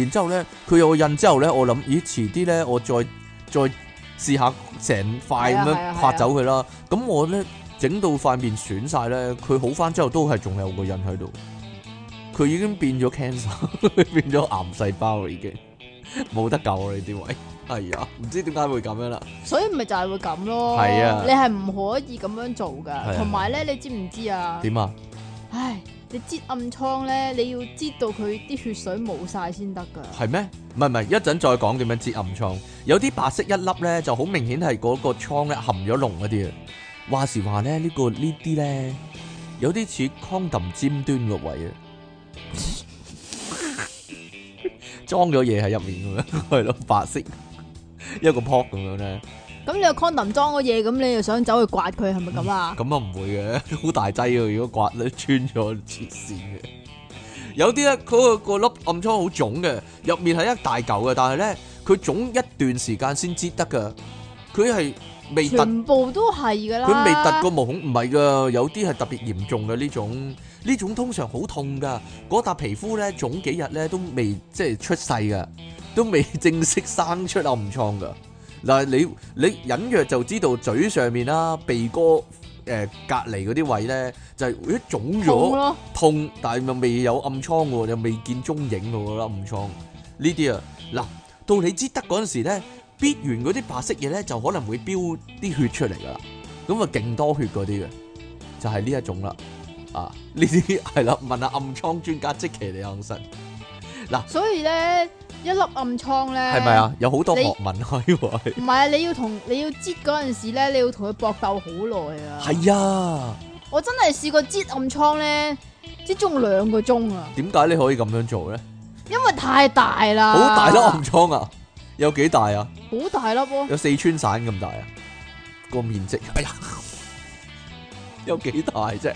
然之後咧，佢有個印之後咧，我諗，咦，遲啲咧，我再再試下成塊咁
係啊係啊係
樣
啊
刮走佢啦。咁我咧整到塊面損晒咧，佢好翻之後都係仲有個印喺度。佢已經變咗 cancer，變 咗癌細胞啦，已經冇得救啦呢啲位。係啊，唔知點解會咁樣啦。
所以咪就係會咁咯。
係啊
你係唔可以咁樣做噶。
啊
同埋咧，你知唔知啊？
點啊？
唉，你擠暗瘡咧，你要擠到佢啲血水冇晒先得噶。
係咩？唔係唔係，一陣再講點樣接暗瘡。有啲白色一粒咧，就好明顯係嗰個瘡咧含咗膿嗰啲啊。話時話咧，呢、個呢啲咧，有啲似 condom 尖端個位啊，裝咗嘢喺入面咁樣，係咯，白色一個 pop 咁樣咧，
咁你個 condom 裝嗰嘢，咁你又想走去刮佢，係咪 咁啊？
咁啊唔會嘅，好大劑啊！如果刮咧穿咗黐線嘅。有啲咧，佢個個粒暗瘡好腫嘅，入面係一大嚿嘅，但係咧佢腫一段時間先擠得噶。佢係未突，
全部都係噶啦。
佢未突過毛孔，唔係噶，有啲係特別嚴重嘅呢種。呢種通常好痛噶，嗰笪皮膚咧腫幾日咧都未即係出世噶，都未正式生出暗瘡噶。嗱，你你隱約就知道嘴上面啦、鼻哥誒、呃隔離嗰啲位咧，就係、咦腫咗
痛。咯，
痛，但係又未有暗瘡喎，又未見蹤影嘅喎，暗瘡呢啲啊，嗱，到你知得嗰陣時咧，必完嗰啲白色嘢咧，就可能會飆啲血出嚟噶啦，咁啊勁多血嗰啲嘅，就係呢一種啦，啊，呢啲 係啦，問下暗瘡專家即其李昂臣
所以咧一粒暗瘡咧，
係咪？啊？有好多
你
學問喺喎，
唔係啊，你要同你要擠嗰陣時咧，你要同佢搏鬥好耐啊。
係啊，
我真係試過擠暗瘡咧，擠中兩個鐘啊，
點解你可以咁樣做咧？
因為太大啦，
好大粒暗瘡啊，有幾大啊？
好大粒喎、
有四川省咁大啊！個面積，哎呀， 有幾大啫？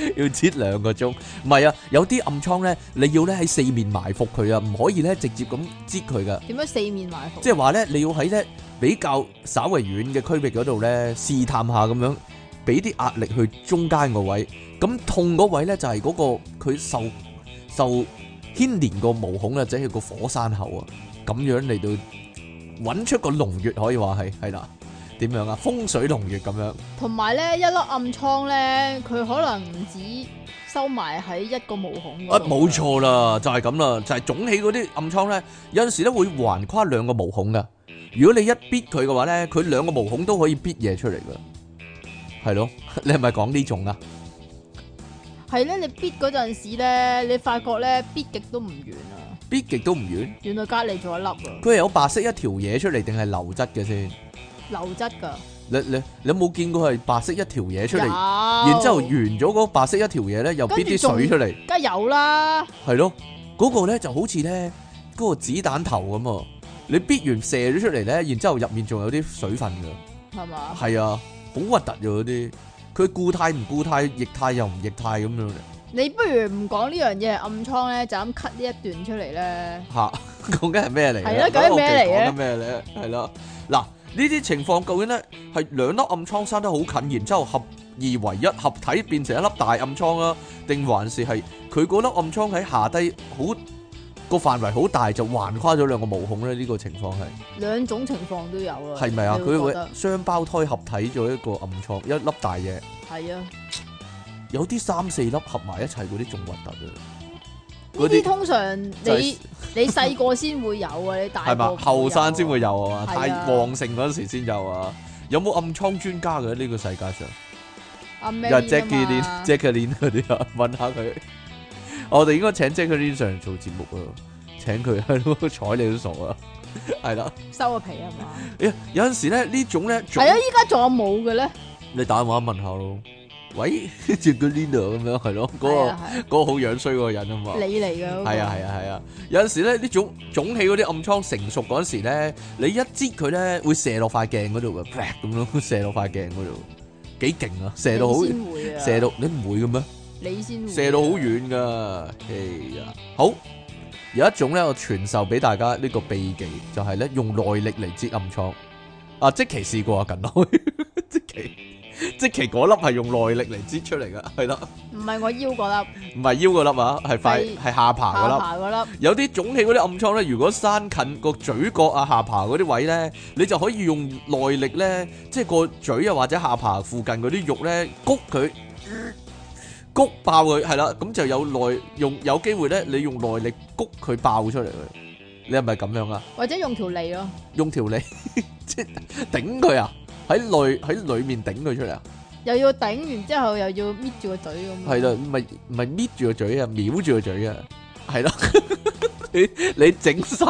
要切兩個鐘，唔係啊！有啲暗瘡咧，你要咧喺四面埋伏佢啊，唔可以咧直接咁擠佢噶。
點樣四面埋伏？
即係話咧，你要喺咧比較稍為遠嘅區域嗰度咧試探下咁樣，俾啲壓力去中間個位，咁痛嗰位咧就係、嗰、個佢受受牽連個毛孔啊，即係個火山口啊，咁樣嚟到揾出個龍穴可以話係係啦，點樣啊？風水龍穴咁樣，
同埋咧一粒暗瘡咧，佢可能唔止收埋喺一個毛孔
啊
嗰度㗎
冇，錯啦，就係咁啦，就係、腫起嗰啲暗瘡咧，有陣時咧會橫跨兩個毛孔噶。如果你一逼佢嘅話咧，佢兩個毛孔都可以逼嘢出嚟噶，係咯？ 你係咪講呢種啊？
係咧，你逼嗰陣時咧，你發覺咧逼極都唔遠啊，
逼極都唔遠，
原來隔離仲有一粒啊，
佢係有白色一條嘢出嚟定係流質嘅先？
流質㗎，
你你你有冇見過係白色一條嘢出嚟，
有
然之後完咗嗰白色一條嘢咧，又逼
跟住
啲
仲
水出嚟，
梗係有啦，
係咯？嗰、個咧就好似咧嗰個子彈頭咁啊！你逼完射咗出嚟咧，然之後入面仲有啲水分㗎。
係嘛？
係啊，好核突嘅嗰啲，佢固態唔固態，液態又唔液態咁樣
你不如唔講呢樣嘢係暗瘡咧，就咁 cut 呢一段出嚟咧。
吓，究竟係咩嚟嘅？
係啦究竟咩嚟嘅
我哋講緊咩咧？係啦，嗱呢啲情況究竟咧係兩粒暗瘡生得好近，然之後合二為一，合體變成一粒大暗瘡啦，定還是係佢嗰粒暗瘡喺下低好個範圍好大，就橫跨咗兩個毛孔咧？呢、個情況係。
兩種情況都有啊。
係咪啊？
你
佢
會
會
覺得
雙胞胎合體咗一個暗瘡，一粒大嘢，
係啊，
有啲三四粒合埋一齊嗰啲仲核突啊！嗰
呢
啲
啲通常
就係
你你細個先會有啊，你大
係嘛？
個
後生先會
會
有啊嘛，
係
太
啊
旺盛嗰陣時先有啊。有冇暗瘡專家嘅呢個世界上？
阿
又
Mary
係 Jackie
啊
Lin、
嘛
Jackie Lin 嗰啲啊， 問下佢。我哋應該請 Jackie Lin 上嚟做節目啊，請佢係咯，睬你都傻啊，係啦。
收個皮係嘛？
有有陣時咧，呢種咧，
係啊，依家仲有冇嘅咧？
你打電話問下咯。喂 ，Jackie Lin 啊，咁樣係咯，嗰
係
個
啊係啊
嗰個好樣衰嗰個人啊嘛。
你嚟嘅嗰個
係啊係啊係啊，有陣時咧呢種腫起嗰啲暗瘡成熟嗰陣時咧，你一擠佢咧會射落塊鏡嗰度嘅，啪咁樣 射落塊鏡嗰度，幾勁啊！射到好，
你先會啊，
射到你唔會嘅咩？
你先會啊
射到好遠噶，哎呀！好，有一種咧，我傳授俾大家呢個秘技，就係咧用耐力嚟擠暗瘡。啊，即其試過啊，近來 即其即其嗰粒係用耐力嚟擠出嚟噶，係啦，
唔係我腰嗰粒，
唔係腰嗰粒啊，係塊
係
係下巴嗰
下
粒。
巴嗰粒，
有啲腫起嗰啲暗瘡咧，如果生近個嘴角啊、下巴嗰啲位咧，你就可以用內力咧，即係個嘴啊或者下巴附近嗰啲肉咧，谷佢， 谷爆佢，係啦，咁就有內用有機會咧，你用內力谷佢爆出嚟佢，你係咪咁樣啊？
或者用條脷咯，
用條脷 即係頂佢啊！喺內喺裡面頂佢出嚟啊！
又要頂完之後又要搣住個嘴咁。
係啦，，唔係唔係搣住個嘴啊，秒住個嘴啊，係啦。 你你整晒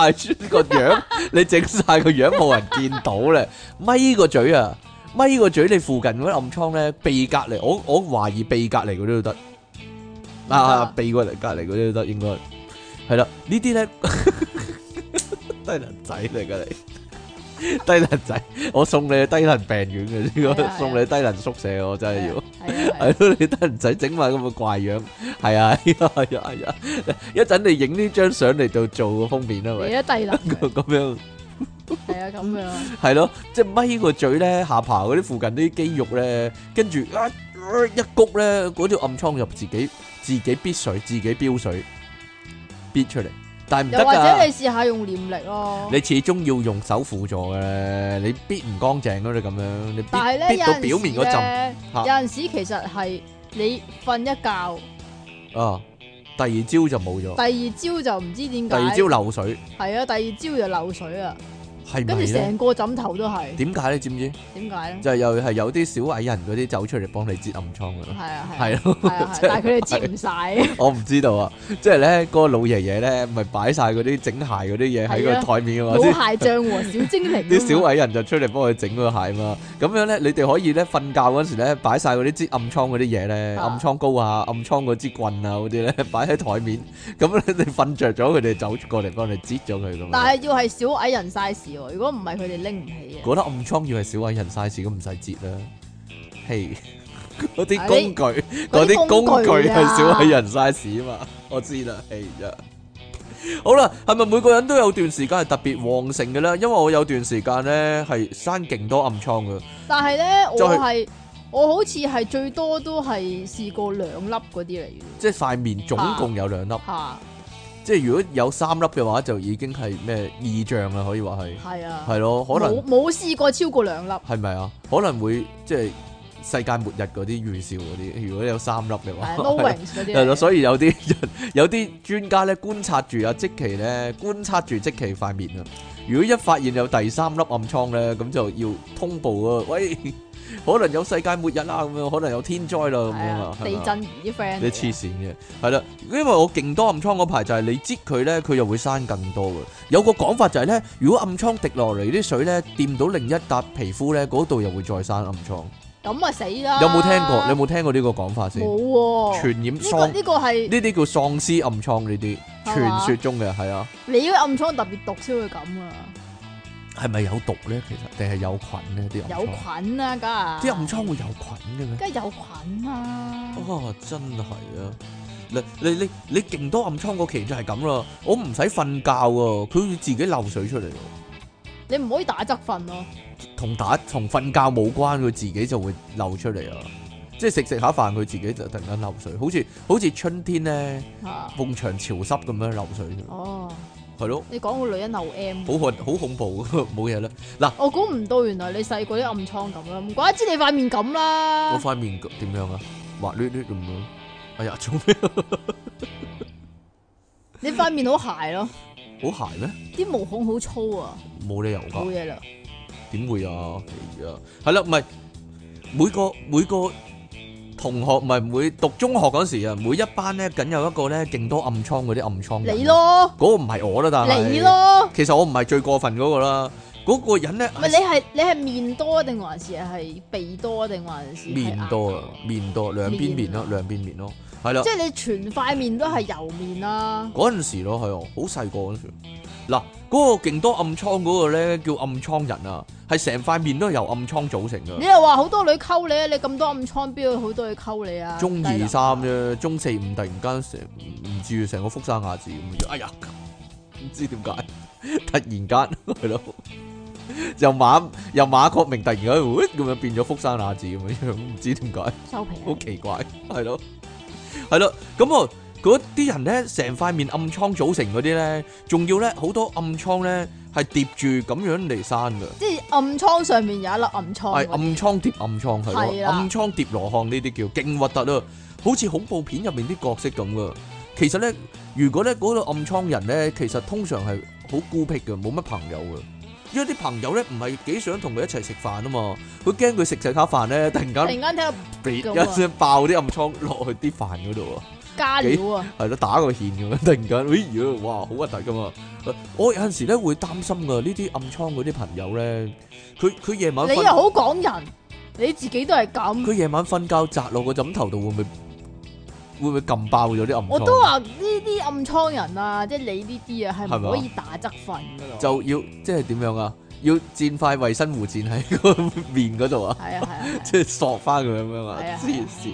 個樣， 你整晒個樣冇人見到咧，咪個嘴啊，咪個嘴你附近嗰啲暗瘡咧，鼻隔離，我我懷疑鼻隔離嗰啲都得，啊鼻過嚟隔離嗰啲都得應該，係啦，呢啲咧 低能仔嚟㗎你。低能仔，我送你去低能病院嘅呢
係
個
啊，
送你去低能宿舍，我 真係要。
係啊，係啊
系咯，你得唔使整埋咁嘅怪樣，係啊， 係啊，係啊，係啊，一陣你影呢張相嚟到做個封面啦，咪
你都低 能，
咁樣
係啊咁樣，
係咯，即係咪個嘴咧，下巴嗰啲附近啲肌肉咧，跟住啊一谷咧，嗰條暗瘡就自己自己必水，自己飆水，憋出嚟，但係唔得
又或者
㗎，
你試下用念力咯
你。始終要用手輔助嘅，你憋唔乾淨咯，你咁樣，你
但係
憋
咧
憋
有
到
陣
表面嗰陣
陣，
嚇
有陣時其實係你瞓一覺，
啊，第二朝就冇咗，
第二朝就唔知
第
點解，
二朝漏水。
係啊，第二朝就漏水啊，
係
跟
咪
住
咧？
成個枕頭都係，
點解你知唔知？
點解咧？
就係又係有啲小矮人嗰啲走出嚟幫你擠暗瘡噶
係
啦，
啊係啊
係咯，
係啊，係
即係
但係佢哋接唔晒，
我唔知道啊。即係咧，嗰個老爺爺咧，咪擺晒嗰啲整鞋嗰啲嘢喺
係啊
個台面啊嘛，
冇
啲
鞋像和小精靈
啲小
啊
矮人就出嚟幫佢整個鞋嘛。咁樣咧，你哋可以咧瞓覺嗰時咧，擺晒嗰啲擠暗瘡嗰啲嘢咧，
啊
暗瘡膏啊、暗瘡嗰支棍啊嗰啲咧，擺喺台面。咁咧，你瞓着咗，佢哋走過嚟幫你擠咗佢咁
嘛，
樣。
但係要係小矮人 size 喎，如果唔係佢哋拎唔起啊。
嗰粒暗瘡要係小矮人 size 咁唔使折啦，係 嗰
啊
啲
你
工具，嗰啲工具係小矮人 size 啊嘛， 我知啦，係呀。好啦，係咪每個人都有段時間係特別旺盛嘅咧？因為我有段時間咧係生勁多暗瘡嘅，
但係咧，
就
我
係
係我好似係最多都係試過兩粒嗰啲嚟嘅
即係塊面總共有兩粒，
嚇，
即係如果有三粒嘅話就已經係咩異象啦，可以話係
係啊，
係咯，可能
冇冇試過超 過兩粒，
係咪啊？可能會即係世界末日嗰啲預兆嗰啲，如果有三粒嘅話
係啊 no。wings 嗰啲
係
嚟
咯，
嘅。
所以有啲 有啲專家咧觀察住阿積奇咧，觀察住積奇塊面啊。如果一發現有第三粒暗瘡咧，咁就要通報啊！喂， 可能有世界末日啦，咁樣可能有天災啦，咁
係
樣啊
啊，，
係
地
嘛
震啲 friend
你
嚟嘅
黐線嘅，係啦，因為我勁多暗瘡嗰排就係你擠佢咧，佢又會生更多嘅。有個講法就係咧，如果暗瘡滴落嚟啲水咧，掂到另一笪皮膚咧，嗰度又會再生暗瘡。
咁啊死啦！
有冇聽過？你有冇聽過呢個講法先？
冇喎？
傳染
呢個
喪
呢個係
呢啲叫喪屍暗瘡呢啲，
係嘛
傳說中嘅係啊，
你嗰啲暗瘡特別毒先會咁啊，
係咪有毒咧？其實定係有菌咧？啲
有
暗瘡，
菌啊，梗係
啲暗瘡會有菌嘅咩？
梗係有菌啊！
哦，真係啊！你你你你勁多暗瘡嗰期就係咁啦，我唔使瞓覺喎，佢會自己漏水出嚟喎，
你唔可以打側瞓咯，
同打同瞓覺冇關，佢自己就會漏出嚟啊！即係食食下飯，佢自己就突然間漏水，好似好似春天咧，
嚇
埲牆潮濕咁樣漏水出嚟，
哦！
係咯，
你講個女人流 M，
好恐好恐怖，啊冇嘢啦。
我估唔到原來你細個啲暗瘡咁啦，唔怪之你塊面咁啦
我。塊面 à? 點樣啊？滑捋捋咁樣。哎呀，做咩？
你塊面好鞋咯，
好鞋咩？
啲毛孔好粗啊，
冇理由噶
冇。嘢啦。
點會啊？係啊，係啦，唔係每個每個同學，唔係每讀中學嗰時啊，每一班咧，梗有一個咧，勁多暗瘡嗰啲暗瘡。
你，咯，
嗰個唔係我啦，但啊係
你，咯，
其實我唔係最過分嗰個啦，嗰個人咧
唔係你係你係面多定還是係鼻多定還是係
面多啊
額頭，
面多兩邊面咯，兩邊面咯，係啦
啊即。係你全塊面都係油面啦。
嗰陣時咯，係哦，好細個嗰陣時。嗱，嗰個勁多暗瘡嗰個咧，叫暗瘡人啊，係成塊面都係由暗瘡組成
你
噶。
又話好多女溝你，你咁多暗瘡，邊有好多女溝你啊？
中
低
二
能
三啫，中四五突然間成唔知成個福山雅治咁樣，哎呀，唔知點解， 突然間係咯，由馬由馬國明突然間喂咁樣變咗福山雅治咁樣，唔知點解。
收皮啊。
好奇怪，係咯，係咯，咁我嗰啲人咧，成塊面暗瘡組成嗰啲咧，仲要咧好多暗瘡咧係疊住咁樣嚟生嘅，
即係暗瘡上面有一粒暗瘡啊
係
嗰啲，
暗瘡疊暗瘡係
係
咯，
啦
暗瘡疊羅漢呢啲叫勁核突啊，好似恐怖片入面啲角色咁噶。其實咧，如果咧嗰個暗瘡人咧，其實通常係好孤僻嘅，冇乜朋友嘅。因為啲朋友咧唔係幾想同佢一齊食飯啊嘛，佢驚佢食食下飯咧，突然
突
間
然間睇到
俾
咁啊
一聲爆啲暗瘡落去啲飯嗰度啊！
加料啊，
係咯，打個芡咁樣，突然間，哎呀，哇，好核突噶嘛！我有陣時咧會擔心噶，呢啲暗瘡嗰啲朋友咧，佢佢夜晚
你又
啊瞓，
好講人，你自己都係咁。
佢夜晚瞓覺砸落個枕頭度，會唔會會唔會撳爆咗啲暗瘡？
我都話呢啲暗瘡人啊，即係你呢啲啊，
係
係
咪
唔
啊
可以打側瞓噶咯。
就要即係點樣啊？要墊塊衞生護墊喺個 面嗰度啊，
係啊係啊係啊，
即係索翻佢咁樣啊
係啊！
黐
係啊
線！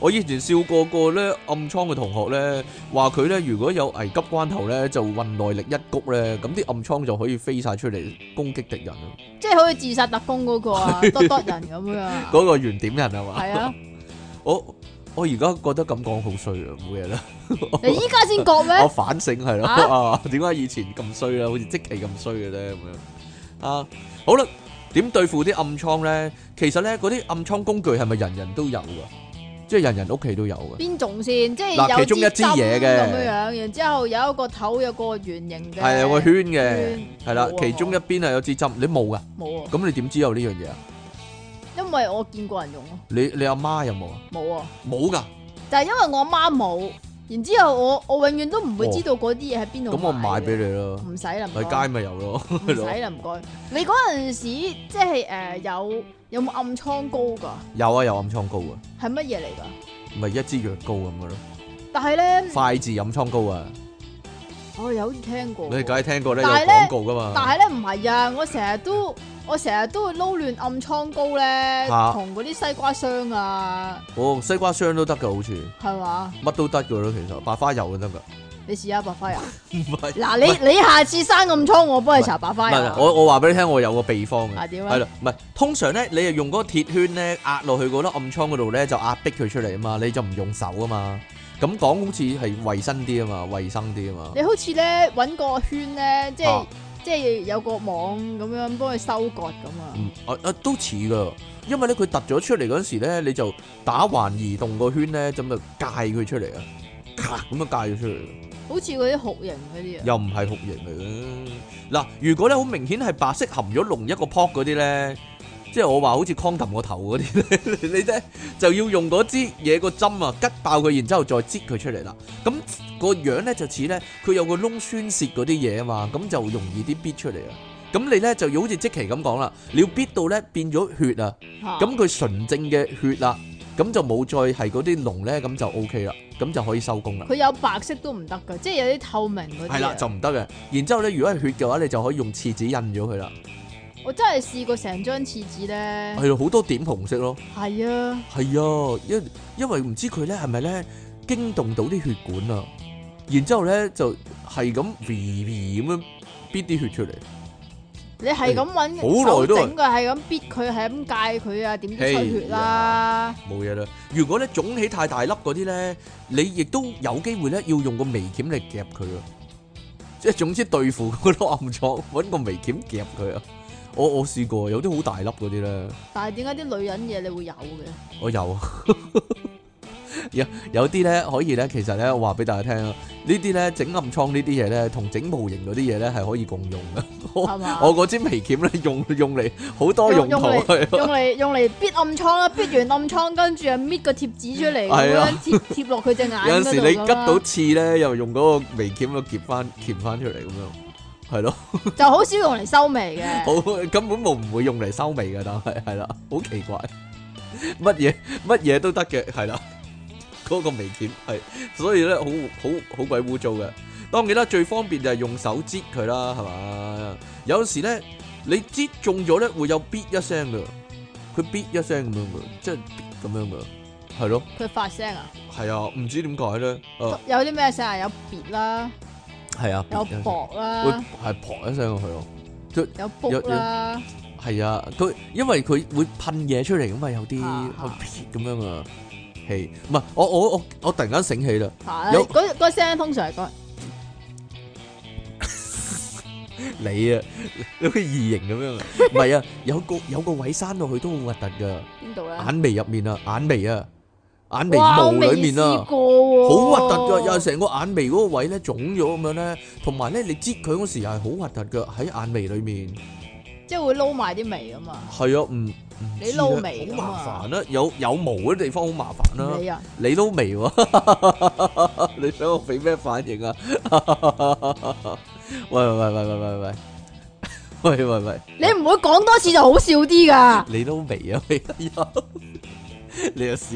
我以前笑過個咧暗瘡嘅同學咧，話佢咧如果有危急關頭咧，就運內力一谷咧，咁啲暗瘡就可以飛晒出嚟攻擊敵人啊！
即係好似自殺特工嗰個啊，多多人咁樣 啊。
嗰個原點人係嘛？
係 啊，
我我而家覺得咁講好衰啊，冇嘢啦。
你依家先覺
我
咩？
反省係咯，啊點解以前咁衰啦？好似即期咁衰嘅咧咁樣啊？好啦，點對付啲暗瘡咧？其實咧嗰啲暗針工具係咪人人都有噶？即係人人屋企都有噶。
邊種先？即係
嗱
有
其中一支嘢嘅
針咁樣樣，然之後有一個頭有個圓形嘅，
係有啊個圈嘅，
圈
係啦
冇啊，
其中一邊係有支針，你冇噶，
冇啊，
咁你點知有呢樣嘢啊？
因為我見過人用咯，
你你阿媽有冇啊？
冇啊。
冇噶，
就係因為我阿媽冇，然之後我我永遠都唔會知道嗰啲嘢喺邊度。
哦咁我買俾，你咯，
唔使啦，唔
喺街
該，
咪有咯，
唔使啦，唔該。你嗰陣時即係誒有有冇暗瘡膏㗎？
有啊有暗瘡膏啊，
係乜嘢嚟㗎？
咪一支藥膏咁嘅咯。
但係咧，
筷子飲倉膏啊！
我有聽過。
你梗係聽過咧，有
哦但係呢
廣告噶嘛？
但係咧唔係啊！我成日都我成日都會撈亂暗瘡膏咧
嚇，
同嗰啲西瓜霜啊，
哦，西瓜霜都得噶，好似
係嘛？
乜都得噶咯，其實白花油都得噶。
你試下白花油。
唔係，唔
嗱，你你下次生暗瘡，我幫你搽白花油
係
啊。
我我話俾你聽，我有個秘方嘅，
啊點
係
啊？
啦，唔係通常咧，你係用嗰個鐵圈咧壓落去嗰粒暗瘡嗰度咧，就壓迫佢出嚟啊嘛，你就唔用手啊嘛。咁講好似係衞生啲啊嘛，衞生啲啊嘛。
你好似咧揾個圈咧，即係
啊
即係有個網咁樣幫佢收割咁啊！
嗯，啊啊都似噶，因為咧佢突咗出嚟嗰時咧，你就打橫移動個圈咧，咁就界佢出嚟啊，咔咁就界咗出嚟。
好似嗰啲酷刑嗰啲啊，
又唔係酷刑嚟嘅。嗱，如果咧好明顯係白色含咗濃一個 pop 嗰啲咧，即係我話好似 condom 個頭嗰啲咧， 你咧就要用嗰支嘢個針啊，吉爆佢，然之後再擠佢出嚟啦。咁、個樣咧就似咧佢有個窿宣泄嗰啲嘢啊嘛，咁就容易啲逼出嚟啊。咁你咧就要好似即期咁講啦，你要逼到咧變咗血啊！
嚇
咁佢純正嘅血啦，咁就冇再係嗰啲濃咧，咁就 O K 啦，咁就可以收工啦。
佢有白色都唔得噶，即係有啲透明嗰啲啊。
嗯係啦，就唔得嘅。然之後咧，如果係血嘅話，你就可以用廁紙印咗佢啦。
我真係試過成張廁紙咧，
係啊，好多點紅色咯。
係啊，
係啊，因因為唔知佢咧係咪咧驚動到啲血管啊。然之後咧就係咁 v v 咁樣逼啲血出嚟。
你係咁揾
好耐都係哎
手整佢，係咁逼佢，係咁戒佢啊，點知出血啦？
冇嘢啦。如果咧腫起太大粒嗰啲咧，你亦都有機會咧要用個微鉗嚟夾佢啊。即係總之對付嗰粒暗瘡，揾個微鉗夾佢啊。我我試過有啲好大粒嗰啲咧。
但係點解啲女人嘢你會有嘅？
我有啊，有有啲咧可以咧，其實咧我話俾大家聽啊，呢啲咧整暗瘡呢啲嘢咧，同整模型嗰啲嘢咧係可以共用嘅。 我
係嘛
我嗰支眉鉗咧用用嚟好多用途
啊用嚟
係啊
用嚟用嚟搣暗瘡啦，搣完暗瘡跟住啊搣個貼紙出嚟，咁
係啊
樣貼貼落佢隻眼嗰 度
有陣時你吉
咁啦
到刺咧，又用嗰個眉鉗去夾翻鉗翻出嚟咁樣，係咯，
就好少用嚟收眉 嘅。
好根本冇唔會用嚟收眉嘅，但係係啦，好奇怪，乜嘢乜嘢都得嘅，係啦，嗰、個眉鉗係，所以咧好好好鬼污糟嘅。當然啦，最方便就係用手擠佢啦，係嘛？有時咧你擠中咗咧會有咇一聲嘅，佢咇一聲咁樣嘅，即係咇咁樣嘅，係咯，
佢發聲啊，
係啊，唔知點解咧，誒
有啲咩聲啊？有別啦，
係啊，
有
咇一聲
薄
會
啦，
係噗一聲落去咯。
有卜
有有
啦，
係啊，佢因為佢會噴嘢出嚟咁嘛，有啲
啊
佢撇咁樣啊，係唔係？我我我我突然間醒起啦，
嚇
有
嗰嗰聲通常係講
你啊，你好似異形 咁樣啊，唔係啊，有個有個位生落去都好核突噶，
邊度咧？
眼眉入面啊，眼眉啊，眼眉
哇！
毛
我
裡
未
面
試
啊。
過喎，
好核突噶，又係成個眼眉嗰個位咧腫咗咁樣咧，同埋咧你擠佢嗰時係好核突噶，喺眼眉裡面。
即係會撈埋啲眉啊嘛，
係啊，唔唔
你
知啊
撈眉㗎嘛
好麻煩啦，有有毛嗰啲地方好麻煩啦。
你啊，
你都未喎， 你想我俾咩反應啊？ 喂喂喂喂喂喂 喂喂喂喂，
你唔會講多次就好笑啲噶。
你都未啊？ 未啊？你又少。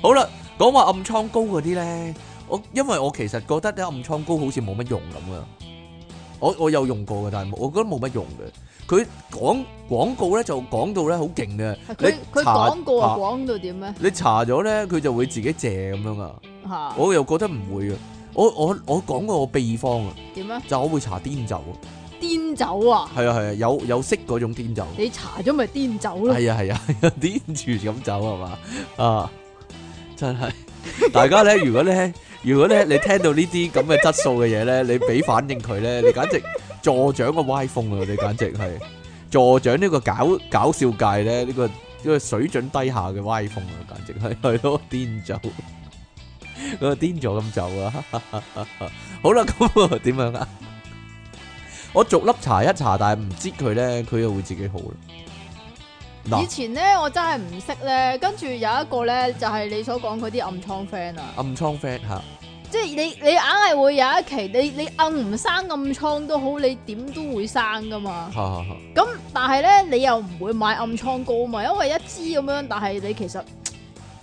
好啦，講話暗瘡膏嗰啲咧，我因為我其實覺得咧暗瘡膏好似冇乜用咁啊。我我有用過嘅，但係冇我覺得冇乜用嘅。佢講廣告咧就講到咧好勁嘅，
佢
你
佢
搽
廣告啊
搽
講到點咧
你搽咗咧佢就會自己謝咁樣啊。
嚇？
我又覺得唔會啊！我我我講過我秘方啊，
點啊？
就我會搽碘酒啊，
癲酒啊！
係啊係啊，有有色嗰種碘酒，
你搽咗咪癲酒咯？
係啊係啊， 碘住咁走係嘛啊！真係，大家咧，如果咧，如果咧，你聽到呢啲咁嘅質素嘅嘢咧，你俾反應佢咧，你簡直助長個歪風啊！你簡直係助長呢個搞搞笑界咧呢、個呢、個水準低下嘅歪風啊！簡直係 係咯，癲走，個癲咗咁走啊！ 好啦，咁啊 點樣啊？我逐粒查一查，但係唔知佢咧，佢又會自己好啦。
以
嗱，
前咧我真係唔識咧，跟住有一個咧就係你所講嗰啲暗瘡 friend 啊，
暗瘡 friend 嚇。
即係你你硬係會有一期你你硬唔生暗瘡都好，你點都會生噶嘛。
嚇嚇嚇
咁但係咧你又唔會買暗瘡膏嘛，因為一支咁樣，但係你其實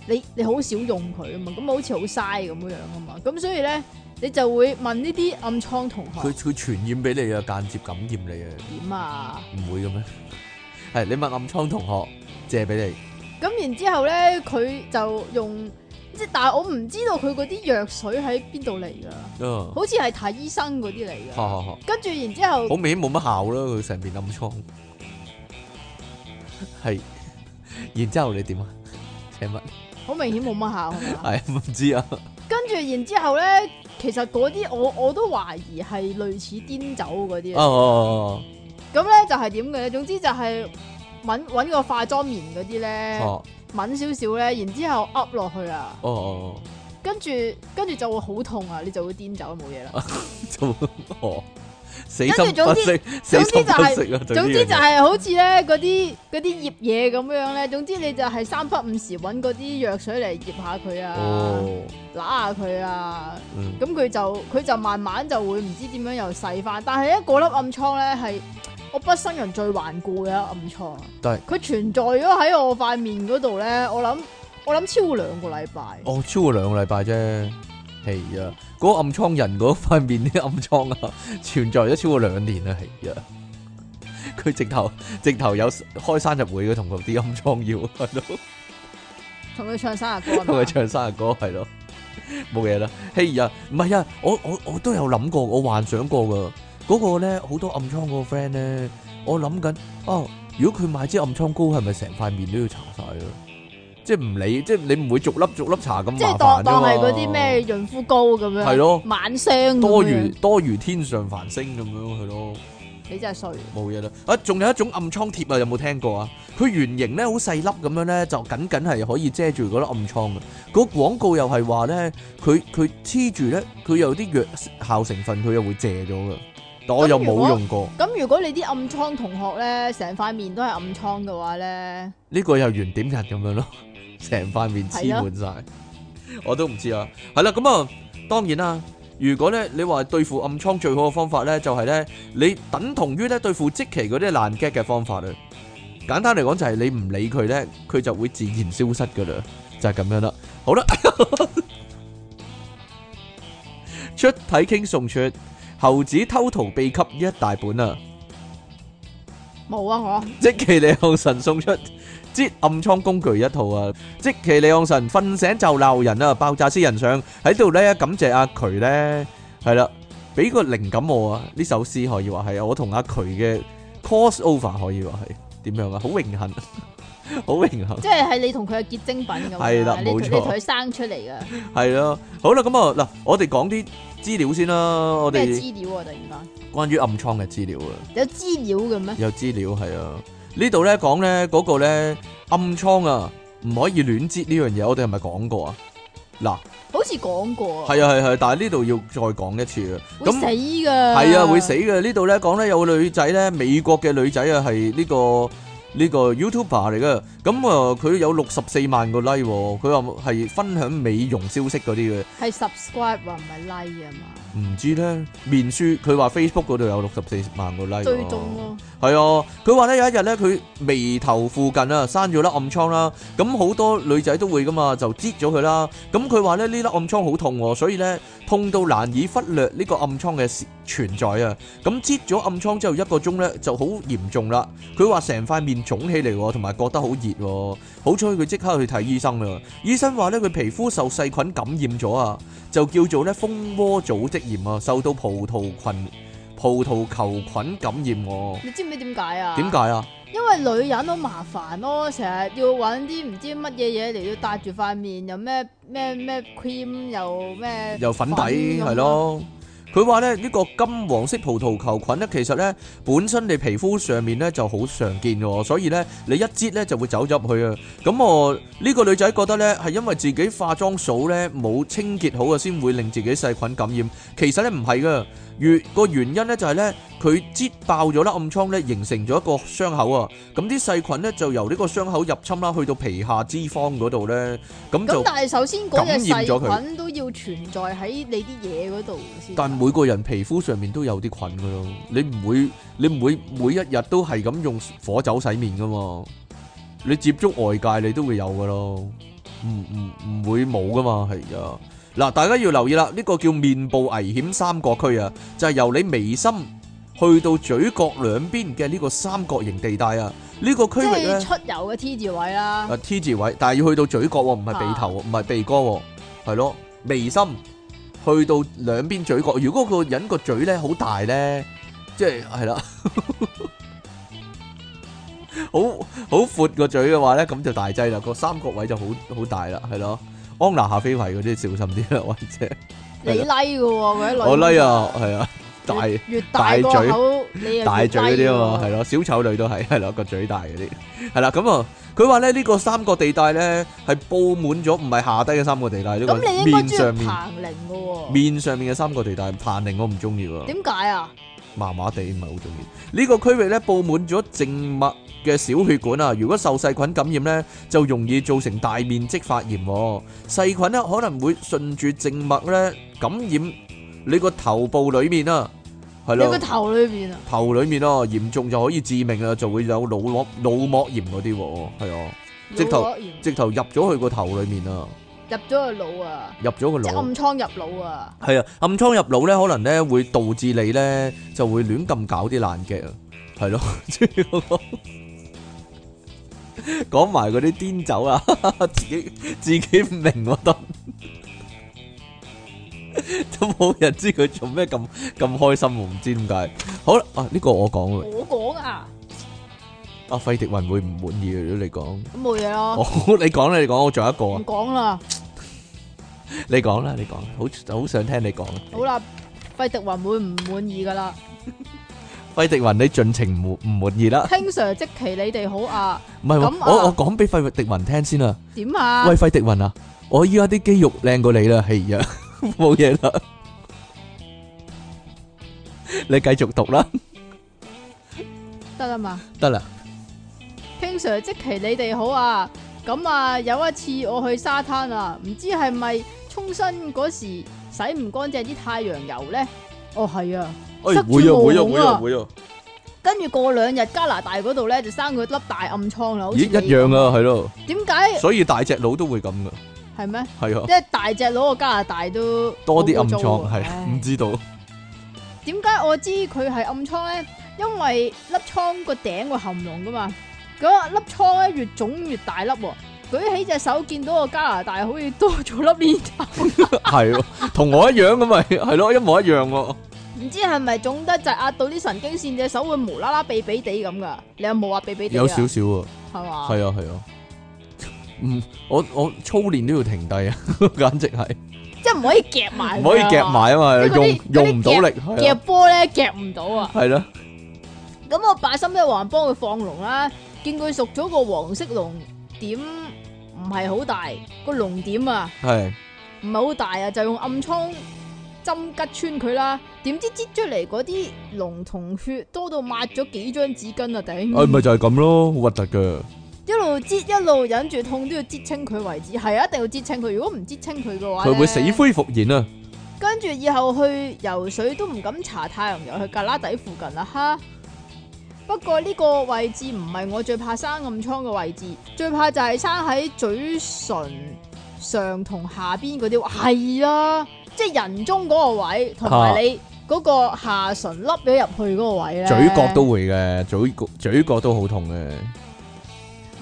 你你好少用佢啊嘛，咁好似好嘥咁樣樣啊嘛，咁所以咧你就會問呢啲暗瘡同
佢
學
佢傳染俾你啊，間接感染你啊，
點啊？
唔會嘅咩？係你問暗瘡同學借俾你，
咁然之後咧，佢就用即係，但係我唔知道佢嗰啲藥水喺邊度嚟㗎，
嗯，
好似係睇醫生嗰啲嚟
嚇哦
㗎。
嚇嚇，
跟住然之後
好明顯冇乜效啦，佢成邊暗瘡，係，然之後你點啊？請問
好明顯冇乜效，係嘛？
係唔知啊？
跟住然之後咧，其實嗰啲我我都懷疑係類似癲酒嗰啲。
哦
咁咧就係點嘅咧？總之就係揾揾個化妝棉嗰啲咧，
哦
揾少少咧，然之後噏落去啊，
哦哦，
跟住跟住就會好痛啊，你就會癲酒冇嘢啦。
啊就哦死
跟
心
住
不
總之
息，死心
總之就係
不息啊！對
總
呢
之
樣
就
嘢
係好似咧嗰啲嗰啲醃嘢咁樣咧，總之你就係三不五時揾嗰啲藥水嚟醃下佢啊，
哦，
揦下佢啊，
嗯，
咁佢就佢就慢慢就會唔知點樣又細翻。但係咧嗰粒暗瘡咧係我畢生人最頑固嘅一粒暗瘡啊，
但係
佢存在咗喺我塊面嗰度咧，我諗我諗超過兩個禮拜。
哦，超過兩個禮拜啫，係啊，嗰、個暗瘡人嗰塊面啲暗瘡啊，存在咗超過兩年啦，係啊，佢直頭直頭有開生日會嘅同佢啲暗瘡要係咯，
同佢唱生日 歌啊
同佢
嘛，
唱生日歌係咯，冇嘢啦，係啊，唔係啊，我我我都有諗過，我幻想過噶，嗰、個咧好多暗瘡嗰個 friend 咧，我諗緊哦，如果佢買支暗瘡膏，係咪成塊面都要搽晒啊？即係唔理，即係你唔會逐粒逐粒搽咁麻煩
即係當當係
啫嘛
嗰啲咩潤膚膏咁樣，
係咯
晚霜咁樣
多如多如天上繁星咁樣係咯，
你真係衰。
冇嘢啦。啊，仲有一種暗瘡貼啊，有冇聽過啊？佢圓形咧，好細粒咁樣咧，就僅僅係可以遮住嗰粒暗瘡嘅。嗰廣告又係話咧，佢佢黐住咧，佢有啲藥效成分，佢又會謝咗嘅。但我又
咁如果
冇用過，
咁如果你啲暗瘡同學咧，成塊面都係暗瘡嘅話咧，
呢個又圓點日咁樣咯， 成塊面黐滿晒，我都唔知啊。係啦，咁啊，當然啦。如果咧，你話對付暗瘡最好嘅方法咧，就係咧，你等同於咧對付即期嗰啲爛 gag 嘅方法啊。簡單嚟講就係你唔理佢咧，佢就會自然消失噶啦，就係、咁樣啦。 好啦，出體傾送出猴子偷桃秘笈一大本啊！
冇啊我。
即其李昂神送出支暗瘡工具一套啊！即其李昂神瞓醒就鬧人啊！爆炸私人相喺度咧，感謝阿渠咧，係啦，俾個靈感我啊！呢首詩可以話係我同阿渠嘅 cross over 可以話係點樣啊？好榮幸， 好榮幸。
即係係你同佢嘅結晶品咁啊，
係啦
你同
冇錯
你同佢生出嚟噶，
係咯，好啦，咁啊嗱，我哋講啲資料先啦，我
咩
哋
資料啊？突然間
關於暗瘡嘅資料啊。
有資料嘅咩？
有資料係啊，呢度咧講咧嗰個咧暗瘡啊，唔可以亂擠呢樣嘢，我哋係咪講過啊？嗱，
好似講過啊，
係啊係係，但係呢度要再講一次啊。
會
咁
死噶，
係啊，會死嘅。呢度咧講咧有個女仔咧，美國嘅女仔啊，係呢個呢個 YouTuber 嚟嘅。咁啊，佢有六十四萬個 like，喎佢話係分享美容消息嗰啲嘅。
係 subscribe 啊，唔係 like 啊嘛，
唔知咧，面書佢話 Facebook 嗰度有六十四萬個 like，喎
追蹤咯，
係啊，佢話咧有一日咧，佢眉頭附近啊生咗粒暗瘡啦，咁好多女仔都會噶嘛，就擠咗佢啦。咁佢話咧呢粒暗瘡好痛喎，所以咧痛到難以忽略呢個暗瘡嘅存在啊。咁擠咗暗瘡之後一個鐘咧就好嚴重啦。佢話成塊面腫起嚟喎，同埋覺得好熱喎。好彩佢即刻去睇醫生啦。醫生話咧佢皮膚受細菌感染咗啊，就叫做咧蜂窩組織炎啊，受到葡萄菌葡萄球菌感染喎。
你知唔知點解啊？
點？解啊？
因為女人好麻煩咯，成日要揾啲唔知乜嘢嘢嚟要搭住塊面，又咩咩咩 cream，又咩
又粉底
咁啊
係，咯。佢話咧呢個金黃色葡萄球菌咧，其實咧本身你皮膚上面咧就好常見嘅喎，所以咧你一擠咧就會走咗入去啊。咁我呢個女仔覺得咧係因為自己化妝掃咧冇清潔好啊，先會令自己細菌感染。其實咧唔係噶，原個原因咧就係咧佢擠爆咗啦暗瘡咧，形成咗一個傷口啊。咁啲細菌咧就由呢個傷口入侵啦，去到皮下脂肪嗰度咧，咁
咁
就。
但係首先嗰隻
感染咗佢
細菌都要存在喺你啲嘢嗰度先得。
但每個人皮膚上面都有啲菌噶咯，你唔會你唔會每一日都係咁用火酒洗面噶嘛？你接觸外界你都會有噶咯，唔唔唔會冇噶嘛？係啊，嗱，大家要留意啦，呢個叫面部危險三角區啊，就係由你眉心去到嘴角兩邊嘅呢個三角形地帶啊，呢個區
即
域呢
係。出油嘅 T 字位啦，
啊 T 字位，但係要去到嘴角喎，唔係鼻頭喎，唔係鼻哥喎，係咯，眉心去到兩邊嘴角。如果個人個嘴咧好大咧，即係係啦，好好闊個嘴嘅話咧，咁就大劑啦，個三角位就好好大啦，係咯。安娜夏飛維嗰啲小心啲啦，或者
你拉嘅喎，嗰啲女。
我拉啊，，係啊，大。
越大個口，你又
大嘴嗰啲啊嘛，係
係
咯，小丑女都係，係咯，個嘴大嗰啲，係啦，咁啊，佢話咧呢個三角地帶咧係佈滿咗，唔係下低嘅三角地帶，呢個
咁你應該
面上
中意
面
彭玲嘅喎。
面上面嘅三角地帶，彭寧我唔中意喎，
點解啊？
麻麻地唔係好中意。呢個區域咧佈滿咗靜脈嘅小血管啊，如果受細菌感染咧，就容易造成大面積發炎喎。細菌咧可能會順住靜脈咧感染你個頭部裡面啊，係
你
咯
個。頭裏邊啊，
頭裡面咯，嚴重就可以致命啊，就會有腦膜腦膜炎嗰啲喎，係啊，直頭
腦膜炎
直頭入咗去個頭裡面啊，
入咗個腦啊，
入咗個
即係
腦，
暗瘡入腦啊，
係啊，暗瘡入腦咧，可能咧會導致你咧就會亂咁搞啲爛劇啊，係咯， 即係嗰個講埋嗰啲癲酒啊， 自己自己唔明我得。 都冇人知佢做咩咁咁開心喎，唔知點解。好啦，啊呢、個我講喎。
我講啊，
阿費迪雲會唔滿意啊？如果
咁冇嘢
你講，
咯，
好，你講啦，你講，我仲有一個
唔
啊，
講啦，
你講啦，你講，好好想聽你講。
好啦，費迪雲會唔滿意噶啦，
費迪雲你盡情唔唔滿意啦，
King Sir 即其你哋好啊，
唔係喎
咁啊
我我講俾費迪雲聽先啊，
點啊
喂？費迪雲啊，我依家啲肌肉靚過你啦，係啊， 冇嘢啦，你繼續讀啦，
得啦嘛
得啦，
，King Sir 即其你哋好啊。咁啊，有一次我去沙灘啊，唔知係咪沖身嗰時洗唔乾淨啲太陽油呢？哦，係啊。
哎
塞住
會啊會啊
毛孔
會啊
啊
會啊，
跟住過兩日加拿大嗰度咧就生佢粒大暗瘡啦，好似
咦一樣
啊？
啊係咯，
點解
所以大隻佬都會咁噶，
係咩？
係啊
即係大隻佬個加拿大都
多啲暗
好污糟
瘡
啊
係
唉
唔知道。
點解我知佢係暗瘡咧？因為粒瘡個頂會含膿噶嘛，嗰粒瘡咧越腫越大粒喎。舉起隻手見到個加拿大好似多咗粒鏈頭，
系咯，同我一樣咁咪係咯，一模一樣喎。
唔知係咪腫得滯壓到啲神經線，隻手會無啦啦痹痹地咁噶？你有冇話痹痹地啊？
有少少啊，
係嘛？
係啊係啊。嗯，我我操練都要停低啊， 簡直係
即係唔可以夾埋，
唔可以夾。埋啊嘛，
即係嗰
用
啲
用唔到力，
夾
係啊
波咧夾唔到啊！
係咯，
咁我八心一橫幫佢放龍啦，見佢熟咗個黃色龍點唔係好大，個龍點啊
係
唔係好大啊，就用暗瘡針吉穿佢啦。點知擠出嚟嗰啲龍同血多到抹咗幾張紙巾啊
誒哎咪
頂！
就係咁咯，好核突噶。
一路擠一路忍住痛都要擠清佢為止，係啊，一定要擠清佢。如果唔擠清佢嘅話，
佢會死。灰復燃啊。
跟住以後去游水都唔敢搽太陽油去格拉底附近啦，哈！不過呢個位置唔係我最怕生暗瘡嘅位置，最怕就係生喺嘴唇上同下邊嗰啲位，係啊，即係人中嗰個位，同
啊
埋你嗰個下唇凹咗入去嗰個位咧，
嘴角都會嘅，嘴角嘴角都好痛嘅，